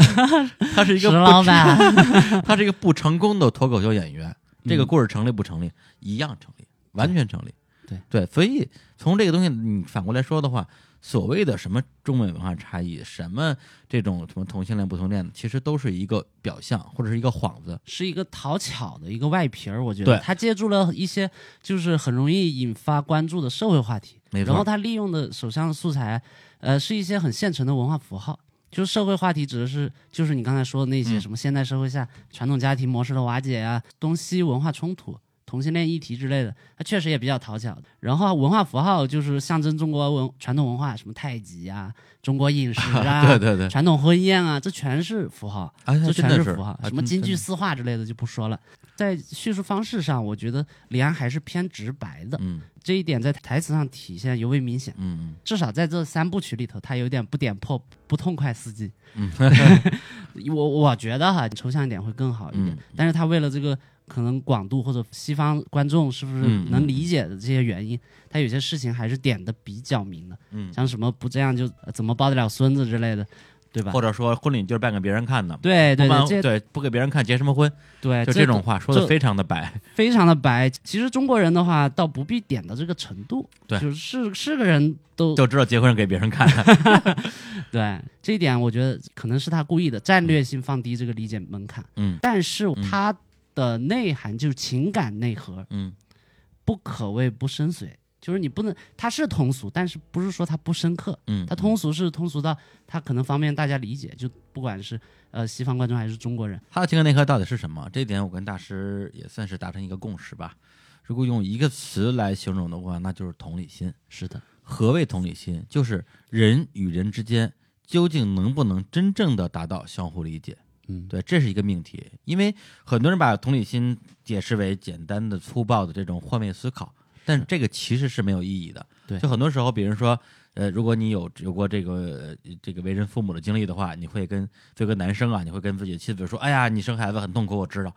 A: 他是一
B: 石
A: 个 不
B: 老， 板，
A: 他是一个不成功的脱口秀演员。这个
B: 嗯
A: 故事成立不成立？一样成立，完全成立。
B: 对
A: 对，所以从这个东西你反过来说的话，所谓的什么中美文化差异，什么这种什么同性恋不同性恋，其实都是一个表象或者是一个幌子。
B: 是一个讨巧的一个外皮儿，我觉得
A: 对
B: 他接住了一些就是很容易引发关注的社会话题，
A: 没错
B: 然后他利用的手上的素材，呃，是一些很现成的文化符号。就是社会话题指的是，就是你刚才说的那些
A: 嗯
B: 什么现代社会下传统家庭模式的瓦解啊，东西文化冲突、同性恋议题之类的，它确实也比较讨巧。然后文化符号就是象征中国文传统文化，什么太极啊、中国饮食啊、
A: 对对对，
B: 传统婚宴啊，这全是符号。
A: 哎，
B: 这
A: 还真
B: 全
A: 的
B: 是
A: 是
B: 符号，
A: 还
B: 什么
A: 真
B: 京
A: 真
B: 剧
A: 的
B: 四化之类的就不说了。在叙述方式上，我觉得李安还是偏直白的，
A: 嗯
B: 这一点在台词上体现尤为明显。
A: 嗯嗯。
B: 至少在这三部曲里头，他有点不点破不痛快司机。
A: 嗯
B: 我我觉得哈，抽象一点会更好一点。
A: 嗯
B: 但是他为了这个可能广度或者西方观众是不是
A: 嗯嗯
B: 能理解的这些原因，他有些事情还是点的比较明的，
A: 嗯
B: 像什么不这样就呃怎么抱得了孙子之类的，对吧
A: 或？者说婚礼就是办给别人看的，
B: 对对
A: 不办
B: 对，这
A: 对不给别人看结什么婚，
B: 对
A: 就
B: 这
A: 这
B: 种。
A: 种话说的
B: 这
A: 非常的白，
B: 非常的白。其实中国人的话，倒不必点到这个程度，
A: 对
B: 就是是是个人都
A: 就知道结婚是给别人看的。
B: 对这一点，我觉得可能是他故意的，战略性放低这个理解门槛。
A: 嗯
B: 但是他的内涵就是情感内核，
A: 嗯，
B: 不可谓不深邃。就是你不能，它是通俗，但是不是说它不深刻？
A: 嗯，
B: 它通俗是通俗到它可能方便大家理解，就不管是呃西方观众还是中国人，
A: 他的情感内核到底是什么？这一点我跟大师也算是达成一个共识吧。如果用一个词来形容的话，那就是同理心。
B: 是的，
A: 何谓同理心？就是人与人之间究竟能不能真正的达到相互理解？
B: 嗯，
A: 对，这是一个命题，因为很多人把同理心解释为简单的、粗暴的这种换位思考，但这个其实是没有意义的。
B: 对
A: 就很多时候，比如说，呃，如果你有有过这个、呃这个为人父母的经历的话，你会跟作为一个男生啊，你会跟自己的妻子说：“哎呀，你生孩子很痛苦，我知道。”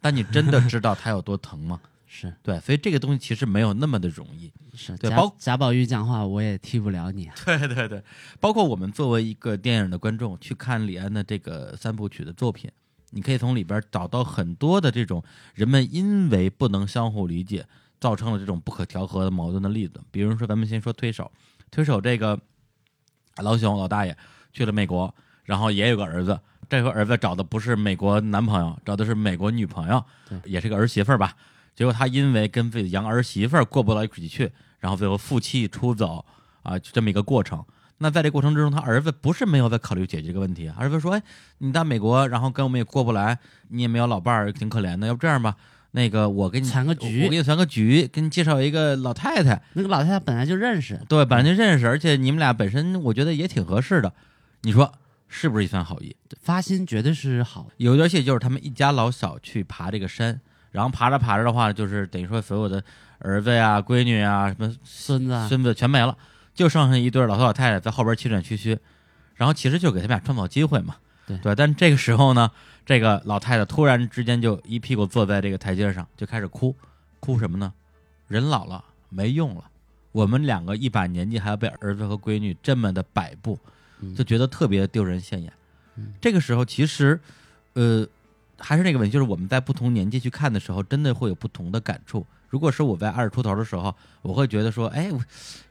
A: 但你真的知道他有多疼 吗？
B: 是
A: 对，所以这个东西其实没有那么的容易。
B: 是。
A: 对
B: 贾
A: 包
B: 贾宝玉讲话，我也替不了你啊。
A: 对对对，包括我们作为一个电影的观众去看李安的这个三部曲的作品，你可以从里边找到很多的这种人们因为不能相互理解，造成了这种不可调和的矛盾的例子。比如说，咱们先说推手，推手这个老熊老大爷去了美国，然后也有个儿子。这个儿子找的不是美国男朋友，找的是美国女朋友
B: 对，
A: 也是个儿媳妇儿吧。结果他因为跟自己的洋儿媳妇儿过不到一起去，然后最后负气出走啊，就这么一个过程。那在这过程之中，他儿子不是没有在考虑解决这个问题，儿子说：“哎，你到美国，然后跟我们也过不来，你也没有老伴儿，挺可怜的。要不这样吧，那个我给你
B: 攒个局
A: 我给你攒个局，给你介绍一个老太太，
B: 那个老太太本来就认识，
A: 对，本来就认识，而且你们俩本身我觉得也挺合适的。你说是不是一番好意？
B: 发心绝对是好的，
A: 有一段戏就是他们一家老小去爬这个山，然后爬着爬着的话，就是等于说所有的儿子呀、闺女啊、什么
B: 孙子啊
A: 孙子全没了，就剩下一对老头老太太在后边气喘吁吁。然后其实就给他们俩创造机会嘛，
B: 对
A: 但这个时候呢，这个老太太突然之间就一屁股坐在这个台阶上，就开始哭，哭什么呢？人老了没用了，我们两个一把年纪还要被儿子和闺女这么的摆布，
B: 嗯
A: 就觉得特别丢人现眼。
B: 嗯
A: 这个时候其实，呃，还是那个问题，就是我们在不同年纪去看的时候，真的会有不同的感触。如果是我在二十出头的时候，我会觉得说，哎，我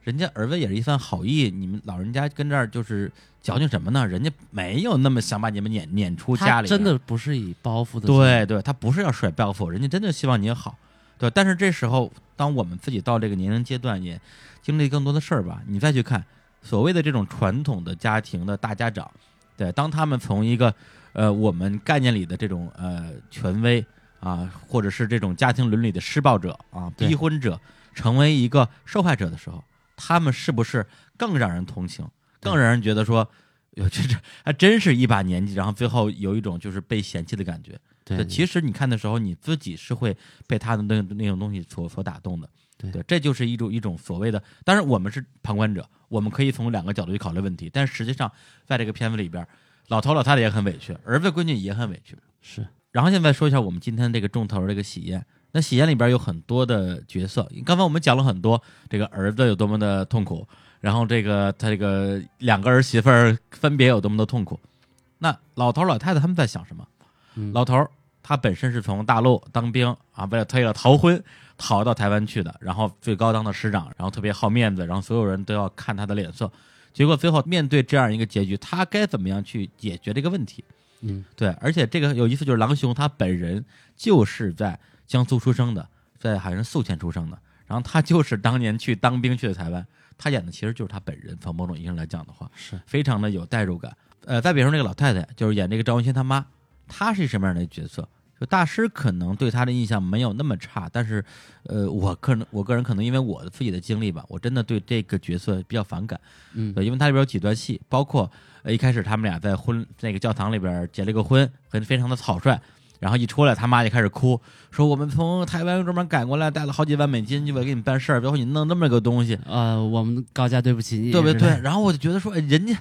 A: 人家儿子也是一番好意，你们老人家跟这儿就是矫情什么呢？人家没有那么想把你们撵撵出家
B: 他
A: 里，
B: 真的不是以包袱的心
A: 对对，他不是要甩包袱，人家真的希望你好，对。但是这时候，当我们自己到这个年龄阶段，也经历更多的事儿吧，你再去看所谓的这种传统的家庭的大家长，对，当他们从一个呃我们概念里的这种呃权威啊，或者是这种家庭伦理的施暴者啊、
B: 对
A: 逼婚者，成为一个受害者的时候，他们是不是更让人同情，更让人觉得说？ 哟，这这还真是一把年纪，然后最后有一种就是被嫌弃的感觉。
B: 对
A: 对，
B: 对，
A: 其实你看的时候，你自己是会被他的那那种东西所所打动的。
B: 对
A: 这就是一种一种所谓的，当然我们是旁观者，我们可以从两个角度去考虑问题，但实际上在这个片子里边，老头老太太也很委屈，儿子闺女也很委屈。
B: 是
A: 然后现在说一下我们今天这个重头儿这个喜宴，那《喜宴》里边有很多的角色，刚才我们讲了很多，这个儿子有多么的痛苦，然后这个他这个两个儿媳妇儿分别有多么的痛苦。 那老头儿老太太他们在想什么？
B: 嗯
A: 老头儿他本身是从大陆当兵啊，为了退了逃婚，逃到台湾去的，然后最高当的师长，然后特别好面子，然后所有人都要看他的脸色。结果最后面对这样一个结局，他该怎么样去解决这个问题？
B: 嗯，
A: 对，而且这个有意思就是狼兄他本人就是在江苏出生的，在好像是宿迁出生的，然后他就是当年去当兵去的台湾，他演的其实就是他本人，从某种意义上来讲的话，
B: 是
A: 非常的有代入感。呃，再比如说那个老太太，就是演这个赵文轩他妈，她是什么样的角色？就大师可能对她的印象没有那么差，但是，呃，我个人我个人可能因为我自己的经历吧，我真的对这个角色比较反感。
B: 嗯
A: 对，因为它里边有几段戏，包括呃一开始他们俩在婚那个教堂里边结了个婚，很非常的草率。然后一出来，他妈就开始哭，说我们从台湾专门赶过来，带了好几万美金，就为给你办事儿，最后你弄那么个东西，
B: 呃，我们高家对不起你，
A: 对不
B: 是吧
A: 对？？然后我就觉得说，哎人家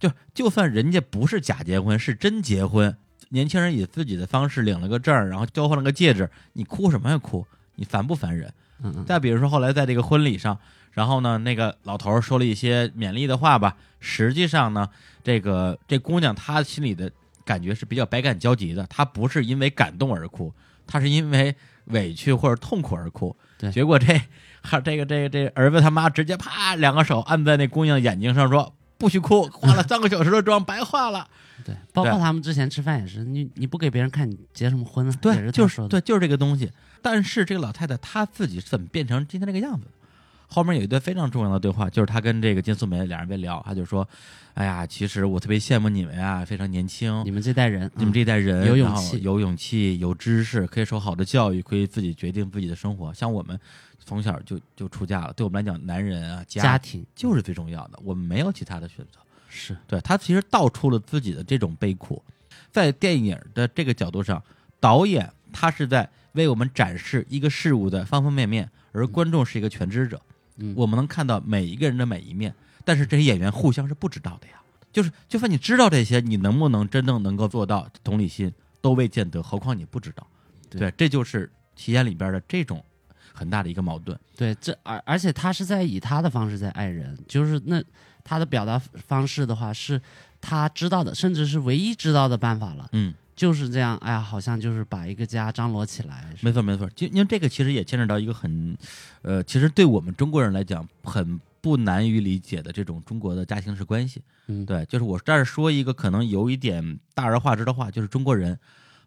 A: 就就算人家不是假结婚，是真结婚，年轻人以自己的方式领了个证儿，然后交换了个戒指，你哭什么呀哭？你烦不烦人？
B: 嗯嗯，
A: 再比如说后来在这个婚礼上，然后呢，那个老头儿说了一些勉励的话吧，实际上呢，这个这姑娘她心里的感觉是比较百感交集的，她不是因为感动而哭，她是因为委屈或者痛苦而哭。
B: 对
A: 结果这哈这个这个这个儿子他妈直接啪两个手按在那姑娘眼睛上说。不许哭，化了三个小时的妆，白化了。
B: 对，包括
A: 对
B: 他们之前吃饭也是，你你不给别人看，你结什么婚啊？也
A: 对，
B: 是
A: 就
B: 他
A: 是
B: 说的，
A: 对，就是这个东西。但是这个老太太她自己是怎么变成今天这个样子的？后面有一段非常重要的对话，就是她跟这个金素梅俩人在聊，她就说：“哎呀，其实我特别羡慕你们啊，非常年轻，
B: 你们这代人，嗯
A: 你们这一代人、
B: 有勇
A: 然后
B: 气
A: 有勇气，有知识，可以受好的教育，可以自己决定自己的生活。像我们从小就就出嫁了，对我们来讲，男人啊
B: 嗯
A: 家
B: 家庭
A: 就是最重要的，我们没有其他的选择。”
B: 是
A: 对他其实道出了自己的这种悲苦，在电影的这个角度上，导演他是在为我们展示一个事物的方方面面，而观众是一个全知者，
B: 嗯
A: 我们能看到每一个人的每一面，但是这些演员互相是不知道的呀。就是，就算你知道这些，你能不能真正能够做到同理心，都未见得，何况你不知道。
B: 对
A: 这就是《体验》里边的这种很大的一个矛盾。
B: 对，这而而且他是在以他的方式在爱人，就是那他的表达方式的话，是他知道的，甚至是唯一知道的办法了，
A: 嗯，
B: 就是这样。哎呀，好像就是把一个家张罗起来，是
A: 没错没错，就因为这个其实也牵扯到一个很，呃，其实对我们中国人来讲很不难于理解的这种中国的家庭式关系。
B: 嗯
A: 对，就是我这儿说一个可能有一点大而化之的话，就是中国人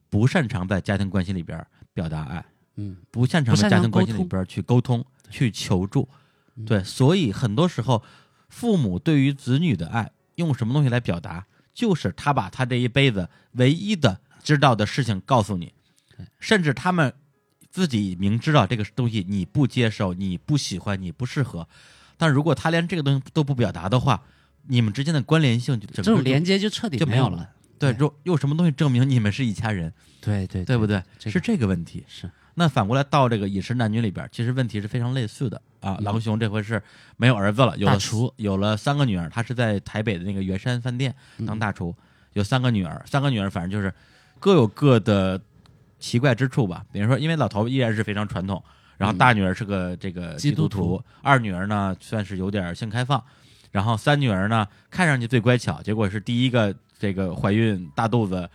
A: 不擅长在家庭关系里边儿表达爱，
B: 嗯，
A: 不擅长在家庭关系里
B: 不擅长沟通
A: 边儿去沟通、去求助。
B: 嗯
A: 对，所以很多时候父母对于子女的爱用什么东西来表达，就是他把他这一辈子唯一的知道的事情告诉你，甚至他们自己明知道这个东西你不接受、你不喜欢、你不适合，但如果他连这个东西都不表达的话，你们之间的关联性就整个
B: 这种
A: 就
B: 连接就彻底
A: 就没
B: 有
A: 有
B: 了。
A: 对，用用什么东西证明你们是一家人，
B: 对对
A: 对不对？
B: 这个
A: 是这个问题。
B: 是
A: 那反过来到这个饮食男女里边，其实问题是非常类似的啊。
B: 嗯
A: 狼兄这回是没有儿子了，有了
B: 大厨，
A: 有了三个女儿，他是在台北的那个圆山饭店
B: 嗯
A: 当大厨，有三个女儿，三个女儿反正就是各有各的奇怪之处吧。比如说，因为老头依然是非常传统，然后大女儿是个这个
B: 嗯基
A: 督
B: 督徒
A: 二女儿呢算是有点性开放，然后三女儿呢看上去最乖巧，结果是第一个这个怀孕大肚子。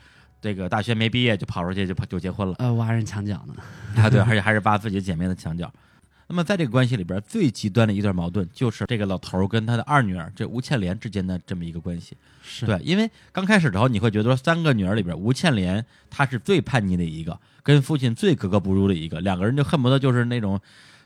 A: 这个大学没毕业就跑出去就跑就结婚了，
B: 呃挖人墙角呢，
A: 啊，对，而且还是挖自己姐妹的墙角。那么在这个关系里边，最极端的一段矛盾就是这个老头儿跟他的二女儿这吴倩莲之间的这么一个关系。
B: 是
A: 对，因为刚开始的时候，你会觉得说三个女儿里边，吴倩莲她是最叛逆的一个，跟父亲最格格不入的一个，两个人就恨不得就是那种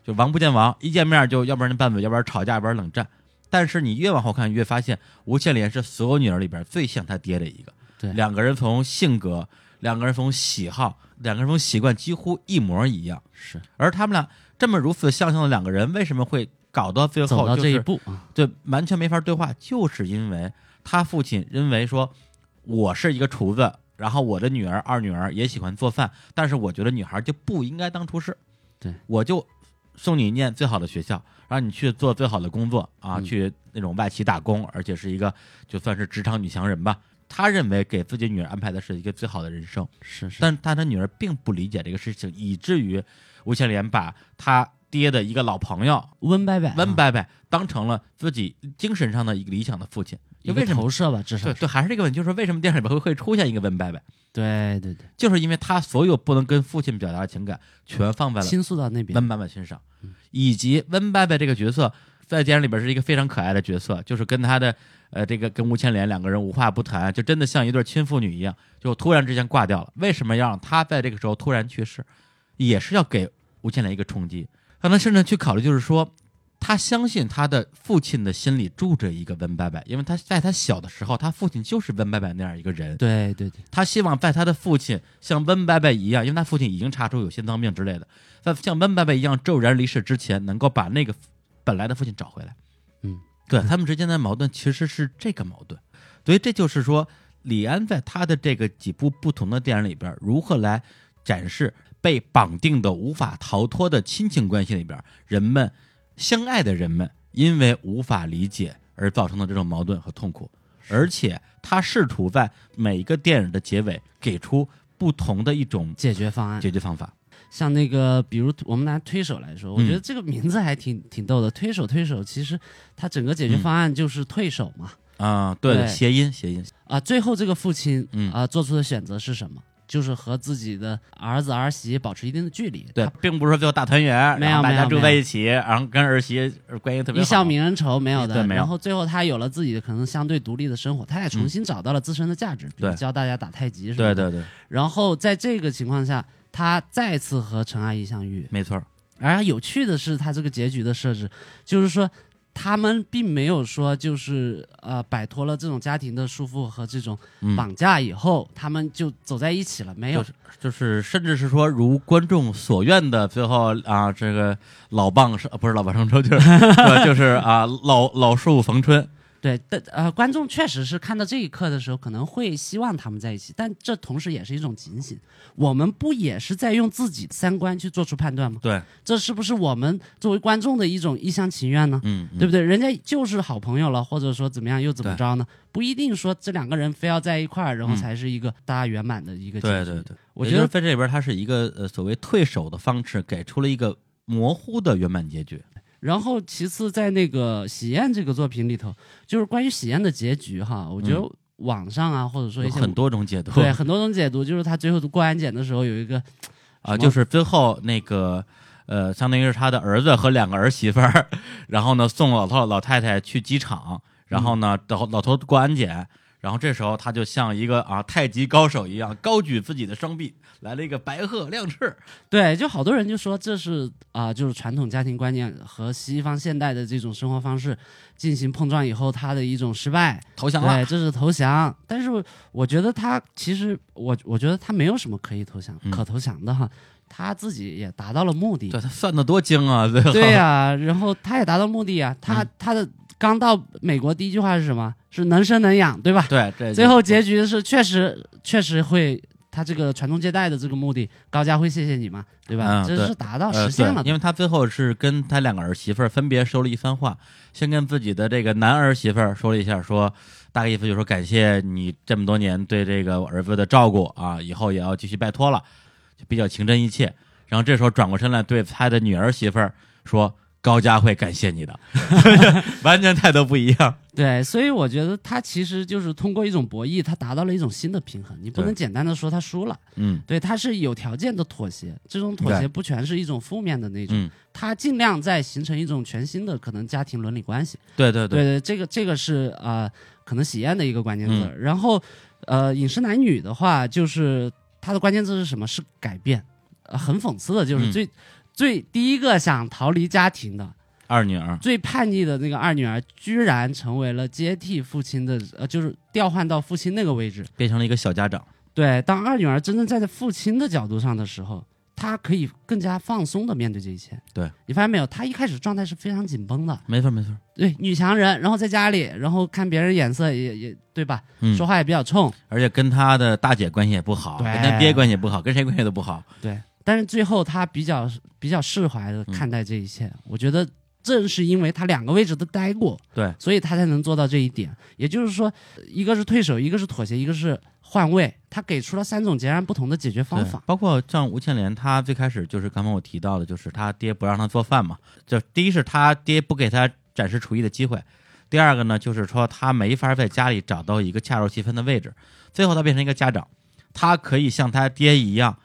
A: 就王不见王，一见面就要不然拌嘴，要不然吵架，要不然冷战。但是你越往后看，越发现吴倩莲是所有女儿里边最像她爹的一个。
B: 对
A: 两个人从性格，两个人从喜好，两个人从习惯几乎一模一样。
B: 是
A: 而他们俩这么如此相像的两个人，为什么会搞到最
B: 走
A: 后
B: 到
A: 就是
B: 这一步啊，
A: 对完全没法对话？就是因为他父亲认为说，我是一个厨子，然后我的女儿二女儿也喜欢做饭，但是我觉得女孩就不应该当厨师，
B: 对，
A: 我就送你念最好的学校，让你去做最好的工作啊，
B: 嗯
A: 去那种外企打工，而且是一个就算是职场女强人吧。他认为给自己女儿安排的是一个最好的人生，
B: 是是，
A: 但但他女儿并不理解这个事情，以至于吴倩莲把他爹的一个老朋友
B: 温伯伯，
A: 温伯伯当成了自己精神上的一个理想的父亲。
B: 一
A: 就
B: 个
A: 为什么？
B: 投射吧，至少
A: 对对，还是这个问题，就是说为什么电影里边会会出现一个温伯伯，
B: 对对对，
A: 就是因为他所有不能跟父亲表达的情感全放在了
B: 倾诉到那边，
A: 温伯伯身上，以及温伯伯这个角色在电影里边是一个非常可爱的角色，就是跟他的呃这个跟吴倩莲两个人无话不谈，就真的像一对亲父女一样，就突然之间挂掉了。为什么要让他在这个时候突然去世，也是要给吴倩莲一个冲击，让他甚至去考虑，就是说。他相信他的父亲的心里住着一个温伯伯，因为他在他小的时候，他父亲就是温伯伯那样一个人。
B: 对对对，
A: 他希望在他的父亲像温伯伯一样，因为他父亲已经查出有心脏病之类的，在像温伯伯一样骤然离世之前，能够把那个本来的父亲找回来。
B: 嗯，
A: 对他们之间的矛盾其实是这个矛盾，所以这就是说，李安在他的这个几部不同的电影里边，如何来展示被绑定的、无法逃脱的亲情关系里边，人们相爱的人们因为无法理解而造成的这种矛盾和痛苦。而且他试图在每一个电影的结尾给出不同的一种
B: 解决方案，
A: 解决方法。
B: 像那个，比如我们拿推手来说，我
A: 嗯
B: 觉得这个名字还挺挺逗的。推手，推手，其实它整个解决方案就是退手嘛。
A: 啊，对
B: 对
A: 谐音谐音，
B: 啊，最后这个父亲
A: 嗯
B: 啊、做出的选择是什么？就是和自己的儿子儿媳保持一定的距离。
A: 对，并不是说最后大团圆，
B: 啊没有
A: 然后大
B: 没有
A: 家住
B: 没
A: 在
B: 有
A: 一起，然后跟儿媳关系特别好。
B: 一笑泯恩仇没有的，
A: 对没有嗯
B: 然后最后他有了自己的可能相对独立的生活，他也重新找到了自身的价值，比如
A: 对
B: 教大家打太极什么
A: 对
B: 的。
A: 对对，
B: 然后在这个情况下，他再次和陈阿姨相遇。
A: 没错儿，
B: 而有趣的是，他这个结局的设置，就是说他们并没有说就是呃摆脱了这种家庭的束缚和这种
A: 嗯，
B: 绑架以后，他们就走在一起了，没有
A: 就。是就是，甚至是说如观众所愿的，最后啊，这个老蚌生不是老蚌生 舟，就是对就是啊，老老树逢春，
B: 对，但呃，观众确实是看到这一刻的时候，可能会希望他们在一起，但这同时也是一种警醒，我们不也是在用自己的三观去做出判断吗？
A: 对，
B: 这是不是我们作为观众的一种一厢情愿呢？
A: 嗯，嗯
B: 对不对？人家就是好朋友了，或者说怎么样又怎么着呢？不一定说这两个人非要在一块儿，然后
A: 嗯
B: 才是一个大家圆满的一个结
A: 对
B: 局。
A: 对对，
B: 我
A: 也
B: 觉
A: 就是
B: 得
A: 在这里边，它是一个呃所谓退守的方式，给出了一个模糊的圆满结局。
B: 然后其次在那个喜宴这个作品里头，就是关于喜宴的结局哈，我觉得网上啊，或者说
A: 有
B: 一些
A: 嗯很多种解读，
B: 对很多种解读，就是他最后过安检的时候有一个
A: 啊，
B: 么
A: 就是最后那个呃，相当于是他的儿子和两个儿媳妇儿，然后呢送老头老太太去机场，然后
B: 嗯
A: 呢老老头过安检，然后这时候他就像一个啊太极高手一样，高举自己的双臂，来了一个白鹤亮翅，
B: 对，就好多人就说这是啊、就是传统家庭观念和西方现代的这种生活方式进行碰撞以后，他的一种失败。
A: 投降了
B: 对，。这是投降。但是我觉得他其实，我我觉得他没有什么可以投降、
A: 嗯
B: 可投降的哈，他自己也达到了目的。
A: 对他算的多精啊！ 最后
B: 对呀、然后他也达到目的呀、他、
A: 嗯
B: 他的刚到美国第一句话是什么？是能生能养，对吧？
A: 对，这
B: 最后结局是确实确实会。他这个传宗接代的这个目的，高家辉谢谢你嘛，对吧？
A: 嗯
B: 这
A: 对
B: 是达到
A: 呃
B: 实现
A: 对
B: 哦了的，
A: 因为他最后是跟他两个儿媳妇儿分别说了一番话，先跟自己的这个男儿媳妇儿说了一下说，大概意思就是说感谢你这么多年对这个我儿子的照顾啊，以后也要继续拜托了，就比较情真意切。然后这时候转过身来对他的女儿媳妇儿说。高家会感谢你的， 完全态度不一样。
B: 对，所以我觉得他其实就是通过一种博弈，他达到了一种新的平衡。你不
A: 对
B: 能简单的说他输了，
A: 嗯，
B: 对，它是有条件的妥协，这种妥
A: 对
B: 协不全是一种负面的那
A: 嗯
B: 种，它尽量在形成一种全新的可能家庭伦理关系。
A: 对对嗯
B: 对，对，这个这个是呃，可能喜宴的一个关键字。然后呃，饮食男女的话，就是它的关键字是什么？是改变。呃、很讽刺的就是
A: 嗯
B: 最、最第一个想逃离家庭的、
A: 二女儿，
B: 最叛逆的那个二女儿，居然成为了接替父亲的呃，就是调换到父亲那个位置。
A: 变成了一个小家长。
B: 对，当二女儿真正站在父亲的角度上的时候，她可以更加放松的面对这一切。
A: 对
B: 你发现没有，她一开始状态是非常紧绷的，
A: 没错没错，
B: 对，女强人，然后在家里，然后看别人眼色也也对吧，
A: 嗯
B: 说话也比较冲，
A: 而且跟他的大姐关系也不好，
B: 对
A: 跟他爹关系也不好，跟谁关系都不好。嗯
B: 对，但是最后她比较比较释怀的看待这一切，我觉得。正是因为他两个位置都待过，
A: 对，
B: 所以他才能做到这一点。也就是说，一个是退守，一个是妥协，一个是换位，他给出了三种截然不同的解决方
A: 对
B: 法。
A: 包括像吴倩莲，她最开始就是刚刚我提到的，就是她爹不让她做饭嘛，就第一是她爹不给她展示厨艺的机会，第二个呢就是说她没法在家里找到一个恰如其分的位置，最后她变成一个家长，她可以像她爹一样，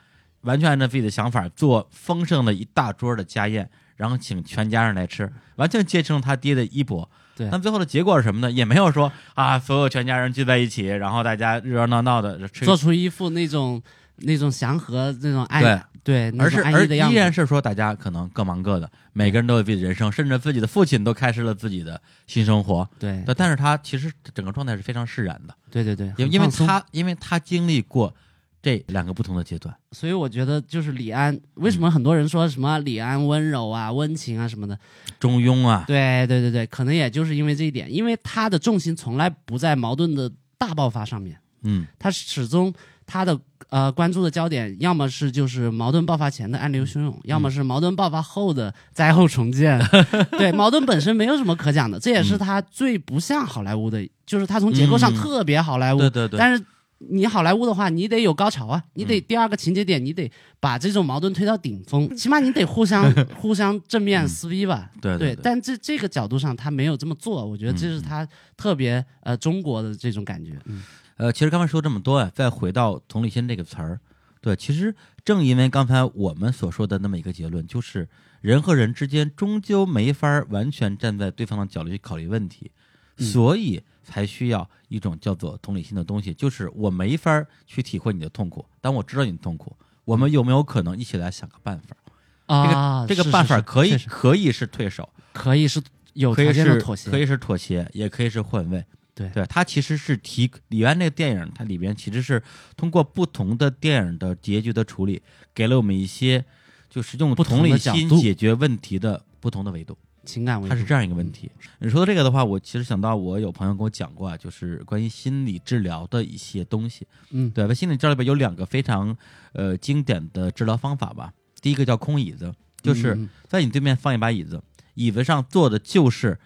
A: 完全按照自己的想法做丰盛的一大桌的家宴。然后请全家人来吃，完全接承他爹的衣钵。
B: 对
A: 但最后的结果是什么呢？也没有说啊，所有全家人聚在一起，然后大家热热闹闹的吃一哎
B: 做出一副那种那种祥和、那
A: 对
B: 种爱对那
A: 而是
B: 种
A: 而
B: 安逸的样
A: 依然
B: 子。
A: 是说，大家可能各忙各的，每个人都有自己的人生，甚至自己的父亲都开始了自己的新生活。
B: 对
A: 但但是他其实整个状态是非常释然的，
B: 对对对，
A: 因为
B: 很
A: 因为
B: 放松
A: 他因为他经历过这两个不同的阶段，
B: 所以我觉得就是李安，为什么很多人说什么李安温柔啊、温情啊什么的？
A: 中庸啊，
B: 对对对对，可能也就是因为这一点，因为他的重心从来不在矛盾的大爆发上面，
A: 嗯，
B: 他始终他的呃关注的焦点，要么是就是矛盾爆发前的暗流汹
A: 嗯
B: 涌，要么是矛盾爆发后的灾后 重建。对，矛盾本身没有什么可讲的，这也是他最不像好莱坞的，就是他从结构上
A: 嗯
B: 特别好莱坞，
A: 对对嗯对，
B: 但是你好莱坞的话，你得有高潮啊，你得第二个情节点，你得把这种矛盾推到顶
A: 嗯
B: 峰，起码你得 互相互相正面撕逼吧。
A: 对
B: 对
A: 嗯对，嗯
B: 但这这个角度上他没有这么做，我觉得这是他特别呃中国的这种感觉。嗯，
A: 呃，其实刚才说这么多呀，再回到“同理心”这个词儿，对，其实正因为刚才我们所说的那么一个结论，就是人和人之间终究没法儿完全站在对方的角度去考虑问题，
B: 嗯
A: 所以才需要一种叫做同理心的东西，就是我没法儿去体会你的痛苦，但我知道你的痛苦，我们有没有可能一起来想个办法？
B: 啊，
A: 这个
B: 是
A: 办法
B: 是
A: 可以
B: 是是
A: 可以是退手，
B: 可以是有
A: 可
B: 条
A: 以
B: 件
A: 是
B: 的妥协，
A: 可以是妥协，也可以是换位。
B: 对
A: 对，它其实是提李安那个电影，它里边其实是通过不同的电影的结局的处理，给了我们一些就是用
B: 不同
A: 同
B: 的
A: 理
B: 角
A: 心
B: 度
A: 解决问题的不同的维度，
B: 情感为
A: 它是
B: 主。
A: 这样一个问题。你说到这个的话，我其实想到我有朋友跟我讲过啊，就是关于心理治疗的一些东西。
B: 嗯，
A: 对吧？心理治疗里边有两个非常呃经典的治疗方法吧，第一个叫空椅子，就是
B: 嗯
A: 在你对面放一把椅子，椅子上坐的就是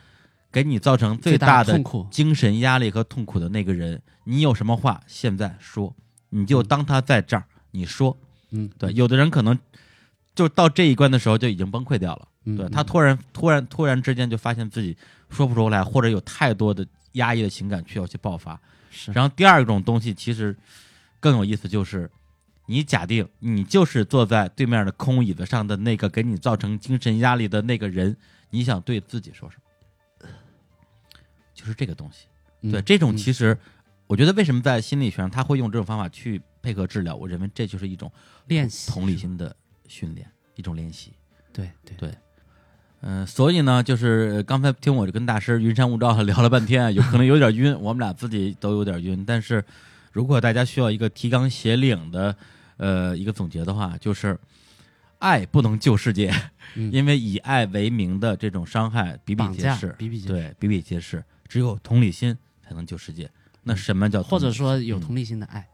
A: 给你造成最
B: 最大
A: 大
B: 的
A: 的
B: 痛苦。
A: 精神压力和痛苦的那个人，你有什么话现在说，你就当他在这儿，你说。
B: 嗯，
A: 对，有的人可能就到这一关的时候就已经崩溃掉了，
B: 嗯，
A: 对
B: 嗯
A: 他突然突然突然之间就发现自己说不出来，或者有太多的压抑的情感需要去爆发。
B: 是
A: 然后第二种东西其实更有意思，就是你假定你就是坐在对面的空椅子上的那个给你造成精神压力的那个人，你想对自己说什么？就是这个东西。对，
B: 嗯
A: 这种
B: 嗯
A: 其实我觉得为什么在心理学上他会用这种方法去配合治疗，我认为这就是一种
B: 练习
A: 同理，心的训练，一种练习。
B: 对对
A: 对嗯、所以呢，就是呃刚才听我跟大师云山雾罩地聊了半天，啊有可能有点晕，我们俩自己都有点晕。但是，如果大家需要一个提纲挈领的呃一个总结的话，就是爱不能救世界，
B: 嗯
A: 因为以爱为名的这种伤害比比
B: 绑
A: 皆
B: 架
A: 是，
B: 比比皆是
A: 对，比比皆是。只有同理心才能救世界。那什么叫
B: 嗯或
A: 同
B: 者
A: 理心
B: 说有
A: 嗯
B: 同理心的爱。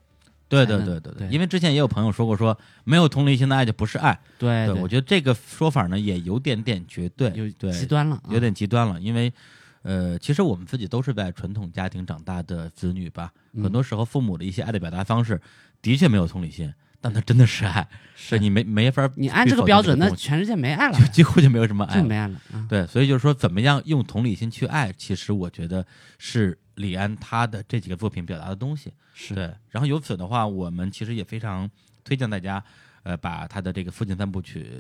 A: 对
B: 才
A: 对
B: 能
A: 对对对，
B: 对
A: 因为之前也有朋友说过说，没有同理心的爱就不是爱。
B: 哎对
A: 我觉得这个说法呢也有点点绝对，
B: 有
A: 对
B: 极端了啊，
A: 有点极端了，因为呃，其实我们自己都是在传统家庭长大的子女吧，
B: 嗯
A: 很多时候父母的一些爱的表达方式的确没有同理心，但他真的是爱，
B: 是
A: 对你没没法，
B: 啊你按这个标准，那
A: 东西
B: 全世界没爱了，
A: 几乎就没有什么爱
B: 就
A: 了。
B: 没爱了啊。
A: 对，所以就是说，怎么样用同理心去爱，其实我觉得是李安他的这几个作品表达的东西。
B: 是，
A: 对，然后由此的话，我们其实也非常推荐大家，呃，把他的这个《父亲三部曲》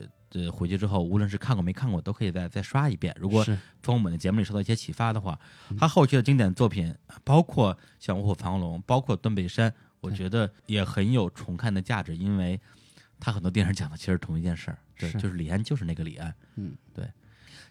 A: 呃回去之后，无论是看过没看过，都可以再再刷一遍。如果
B: 是
A: 从我们的节目里受到一些启发的话，
B: 嗯
A: 他后续的经典作品，包括像《卧虎藏龙》，包括《断背山》，我
B: 对
A: 觉得也很有重看的价值，因为他很多电影讲的其实同一件事儿，对，
B: 是
A: 就是李安就是那个李安，
B: 嗯，
A: 对。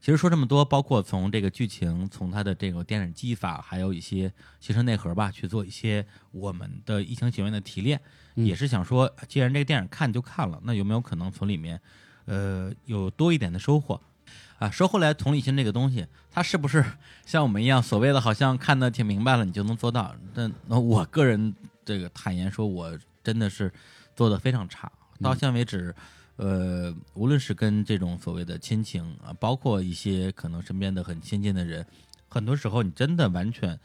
A: 其实说这么多，包括从这个剧情，从他的这个电影技法，还有一些形式内核吧，去做一些我们的一厢情愿的提炼，
B: 嗯
A: 也是想说，既然这个电影看就看了，那有没有可能从里面，呃，有多一点的收获？啊，说回来，同理心这个东西，它是不是 像我们一样，所谓的好像看得挺明白了，你就能做到？但那我个人这个坦言说，我真的是做的非常差，到现在为止，呃，无论是跟这种所谓的亲情啊，包括一些可能身边的很亲近的人，很多时候你真的完全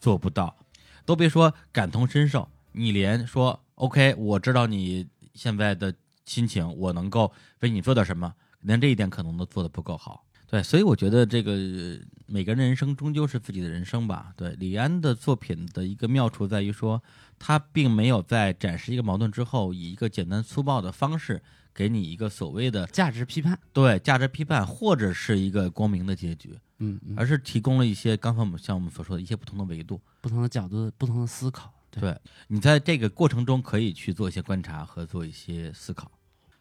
A: 做不到，都别说感同身受，你连说 OK，我知道你现在的心情，我能够为你做点什么，连这一点可能都做得不够好。对，所以我觉得这个呃每个人人生终究是自己的人生吧。对，李安的作品的一个妙处在于说，他并没有在展示一个矛盾之后，以一个简单粗暴的方式给你一个所谓的
B: 价值批判，
A: 对价值批判或者是一个光明的结局，
B: 嗯，嗯
A: 而是提供了一些刚才我们像我们所说的一些不同的维度。
B: 不同的角度、不同的思考，对，
A: 对你在这个过程中可以去做一些观察和做一些思考，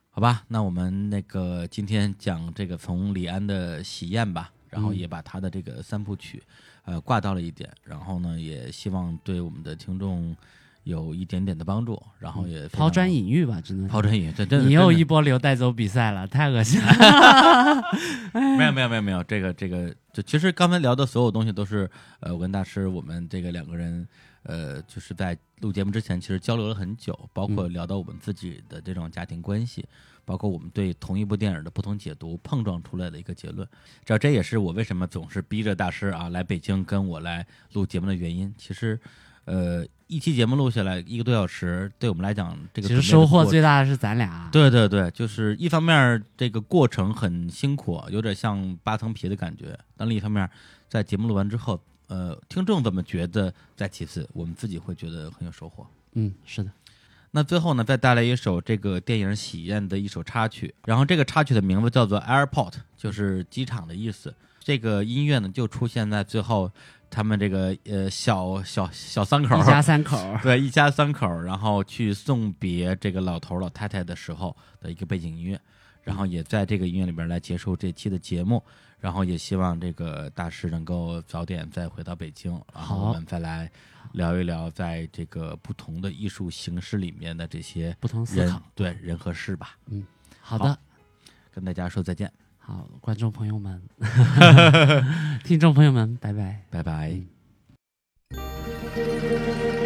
A: 好吧？那我们那个今天讲这个从李安的喜宴吧，然后
B: 嗯
A: 也把他的这个三部曲，呃，挂到了一点，然后呢，也希望对我们的听众有一点点的帮助，然后也非
B: 抛
A: 常
B: 砖引玉吧，只能
A: 抛砖引玉，这真的
B: 你又
A: 真的
B: 一波流带走比赛了，太恶心了。
A: 没有没有没有没有，这个这个，就其实刚才聊的所有东西都是呃，我跟大师我们这个两个人呃，就是在录节目之前其实交流了很久，包括
B: 嗯
A: 聊到我们自己的这种家庭关系，包括我们对同一部电影的不同解读碰撞出来的一个结论。这这也是我为什么总是逼着大师啊来北京跟我来录节目的原因。其实呃，一期节目录下来一个多小时，对我们来讲这个
B: 其实
A: 准备的
B: 收获
A: 过程
B: 最大的是咱俩，，啊
A: 对对对，就是一方面儿这个过程很辛苦，啊有点像扒层皮的感觉；但另一方面儿，在节目录完之后，呃，听众怎么觉得再其次，我们自己会觉得很有收获。
B: 嗯，是的，
A: 那最后呢，再带来一首这个电影《喜宴》的一首插曲，然后这个插曲的名字叫做 Airport，就是机场的意思。这个音乐呢，就出现在最后他们这个呃小小小三口儿
B: 一家三口儿，
A: 对，一家三口儿，然后去送别这个老头儿老太太的时候的一个背景音乐，然后也在这个音乐里边儿来结束这期的节目，然后也希望这个大师能够早点再回到北京，然后我
B: 好
A: 们再来聊一聊在这个不同的艺术形式里面的这些
B: 不同思
A: 人
B: 考。
A: 对人和事吧，
B: 好的，
A: 跟大家说再见，
B: 好，观众朋友们， 听众朋友们，拜拜。
A: 拜拜。
B: 嗯